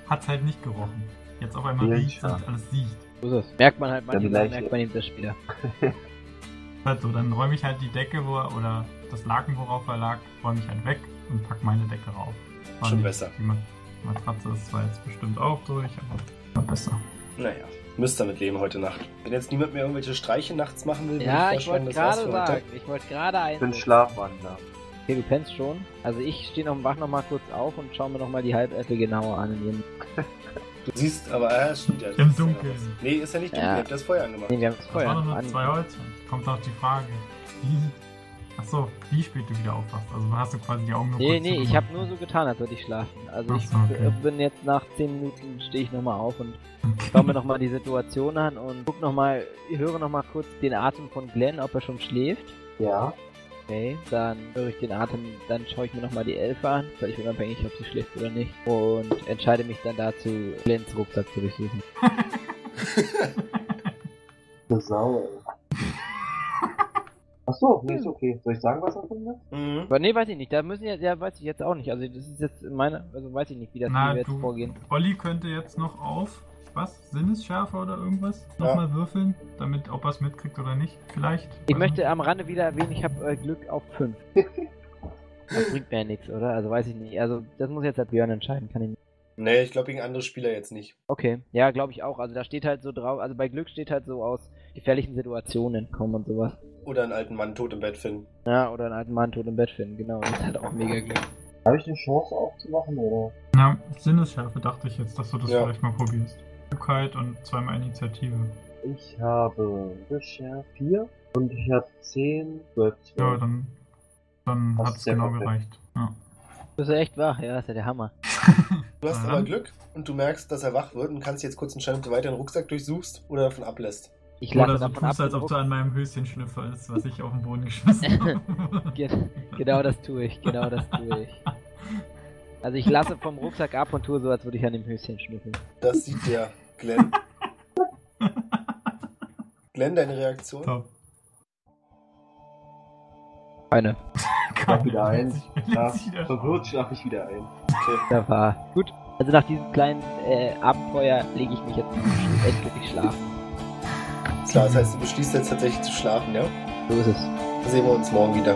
Speaker 3: hat's halt nicht gerochen. Jetzt auf einmal
Speaker 4: Ja,
Speaker 3: riecht's
Speaker 4: ja.
Speaker 3: und alles sieht.
Speaker 5: So ist es. Merkt man halt
Speaker 4: Ja, die
Speaker 5: manchmal,
Speaker 4: Leiche.
Speaker 5: merkt man eben das später.
Speaker 3: Also, dann räume ich halt die Decke, wo er, oder das Laken, worauf er lag, räume ich halt weg und pack meine Decke rauf. War
Speaker 2: Schon
Speaker 3: nicht-
Speaker 2: besser.
Speaker 3: Die Mat- Matratze ist zwar jetzt bestimmt auch durch, aber war besser.
Speaker 2: Naja, müsst damit leben heute Nacht. Wenn jetzt niemand mehr irgendwelche Streiche nachts machen will,
Speaker 5: Ja,
Speaker 2: würde
Speaker 5: ich wollte
Speaker 2: vorschlagen, das war's
Speaker 5: gerade
Speaker 2: für heute.
Speaker 5: sagen, ich wollte gerade
Speaker 4: Ich bin
Speaker 5: ein.
Speaker 4: Schlafwandler.
Speaker 5: Okay, du pennst schon. Also ich stehe noch wach noch mal kurz auf und schaue mir noch mal die Halbelfe genauer an. in ihrem-
Speaker 2: Du siehst, aber ja, das stimmt ja. das
Speaker 3: Im
Speaker 2: ist ja noch
Speaker 3: Dunkeln.
Speaker 2: was. nee, ist ja nicht dunkel,
Speaker 5: Ja.
Speaker 2: ihr habt das Feuer angemacht.
Speaker 5: Nee, wir haben das
Speaker 3: Das
Speaker 5: Feuer
Speaker 3: waren
Speaker 5: noch
Speaker 3: nur
Speaker 5: an.
Speaker 3: zwei Holzchen. Kommt auch die Frage, wie Achso, wie spät du wieder aufwachst. Also hast du quasi die Augen nur
Speaker 5: Nee,
Speaker 3: kurz
Speaker 5: nee, ich
Speaker 3: zugemacht.
Speaker 5: habe nur so getan, als würde ich schlafen. Also
Speaker 3: Ach
Speaker 5: ich
Speaker 3: so, okay.
Speaker 5: äh, bin jetzt nach 10 Minuten stehe ich nochmal auf und
Speaker 3: Okay.
Speaker 5: schaue mir nochmal die Situation an und guck noch mal, höre nochmal kurz den Atem von Glenn, ob er schon schläft.
Speaker 4: Ja.
Speaker 5: Okay, dann höre ich den Atem, dann schaue ich mir nochmal die Elfe an, völlig unabhängig, ob sie schläft oder nicht. Und entscheide mich dann dazu, Glens Rucksack zu durchsuchen.
Speaker 4: Eine Sau, ey. Achso,
Speaker 3: Hm.
Speaker 4: nee, ist okay. Soll ich sagen, was er findet?
Speaker 2: Mhm.
Speaker 5: Aber nee, weiß ich nicht, da müssen ja, ja, weiß ich jetzt auch nicht. Also das ist jetzt meine, also weiß ich nicht, wie das
Speaker 3: Na,
Speaker 5: wie wir jetzt
Speaker 3: du-
Speaker 5: vorgehen.
Speaker 3: Olli könnte jetzt noch auf, was, Sinnesschärfe oder irgendwas
Speaker 2: Ja.
Speaker 3: nochmal würfeln, damit ob er es mitkriegt oder nicht, vielleicht.
Speaker 5: Ich
Speaker 3: Weiß
Speaker 5: möchte am Rande wieder erwähnen, ich habe äh, Glück auf 5. Das bringt mir ja nichts, oder? Also weiß ich nicht. Also das muss jetzt der Björn entscheiden, kann ich nicht.
Speaker 2: Nee, ich glaube gegen andere Spieler jetzt nicht.
Speaker 5: Okay, ja, glaube ich auch. Also da steht halt so drauf, also bei Glück steht halt so aus gefährlichen Situationen kommen und sowas.
Speaker 2: Oder einen alten Mann tot im Bett finden.
Speaker 5: Ja, oder einen alten Mann tot im Bett finden, genau. Das ist halt auch mega Glück.
Speaker 4: Habe ich eine Chance aufzuwachen, oder?
Speaker 3: nicht. Na, Sinnesschärfe dachte ich jetzt, dass du das
Speaker 2: Ja.
Speaker 3: vielleicht mal probierst. Klugheit und zweimal Initiative.
Speaker 4: Ich habe Recherche 4 und ich habe 10, 12,
Speaker 3: Ja,
Speaker 4: 12.
Speaker 3: dann, dann
Speaker 4: Das
Speaker 3: hat
Speaker 4: ist
Speaker 3: es
Speaker 4: sehr
Speaker 3: genau
Speaker 4: perfekt.
Speaker 3: gereicht. Ja.
Speaker 5: Bist du echt wach? Ja, ist ja der Hammer.
Speaker 2: Du hast
Speaker 3: Ja.
Speaker 2: aber Glück und du merkst, dass er wach wird und kannst jetzt kurz entscheiden, ob du weiter den Rucksack durchsuchst oder davon ablässt.
Speaker 5: Ich lasse
Speaker 3: Oder so
Speaker 5: davon
Speaker 3: tust,
Speaker 5: ab.
Speaker 3: als ob du an meinem Höschen schnüffelst, was ich auf den Boden geschmissen habe.
Speaker 5: Ge- genau das tue ich, genau das tue ich. Also ich lasse vom Rucksack ab und tue so, als würde ich an dem Höschen schnüffeln.
Speaker 2: Das sieht der Glenn. Glenn, deine Reaktion?
Speaker 3: Top.
Speaker 5: Eine.
Speaker 4: Schlaf wieder ein. Schlaf,
Speaker 3: Jetzt wieder-
Speaker 4: verwirrt schlaf ich wieder ein.
Speaker 5: Da war. Gut. Also nach diesem kleinen äh, Abenteuer lege ich mich jetzt sch- endgültig schlafen.
Speaker 2: Klar, das heißt, du beschließt jetzt tatsächlich zu schlafen, ja?
Speaker 5: So ist es.
Speaker 2: Dann sehen wir uns morgen wieder.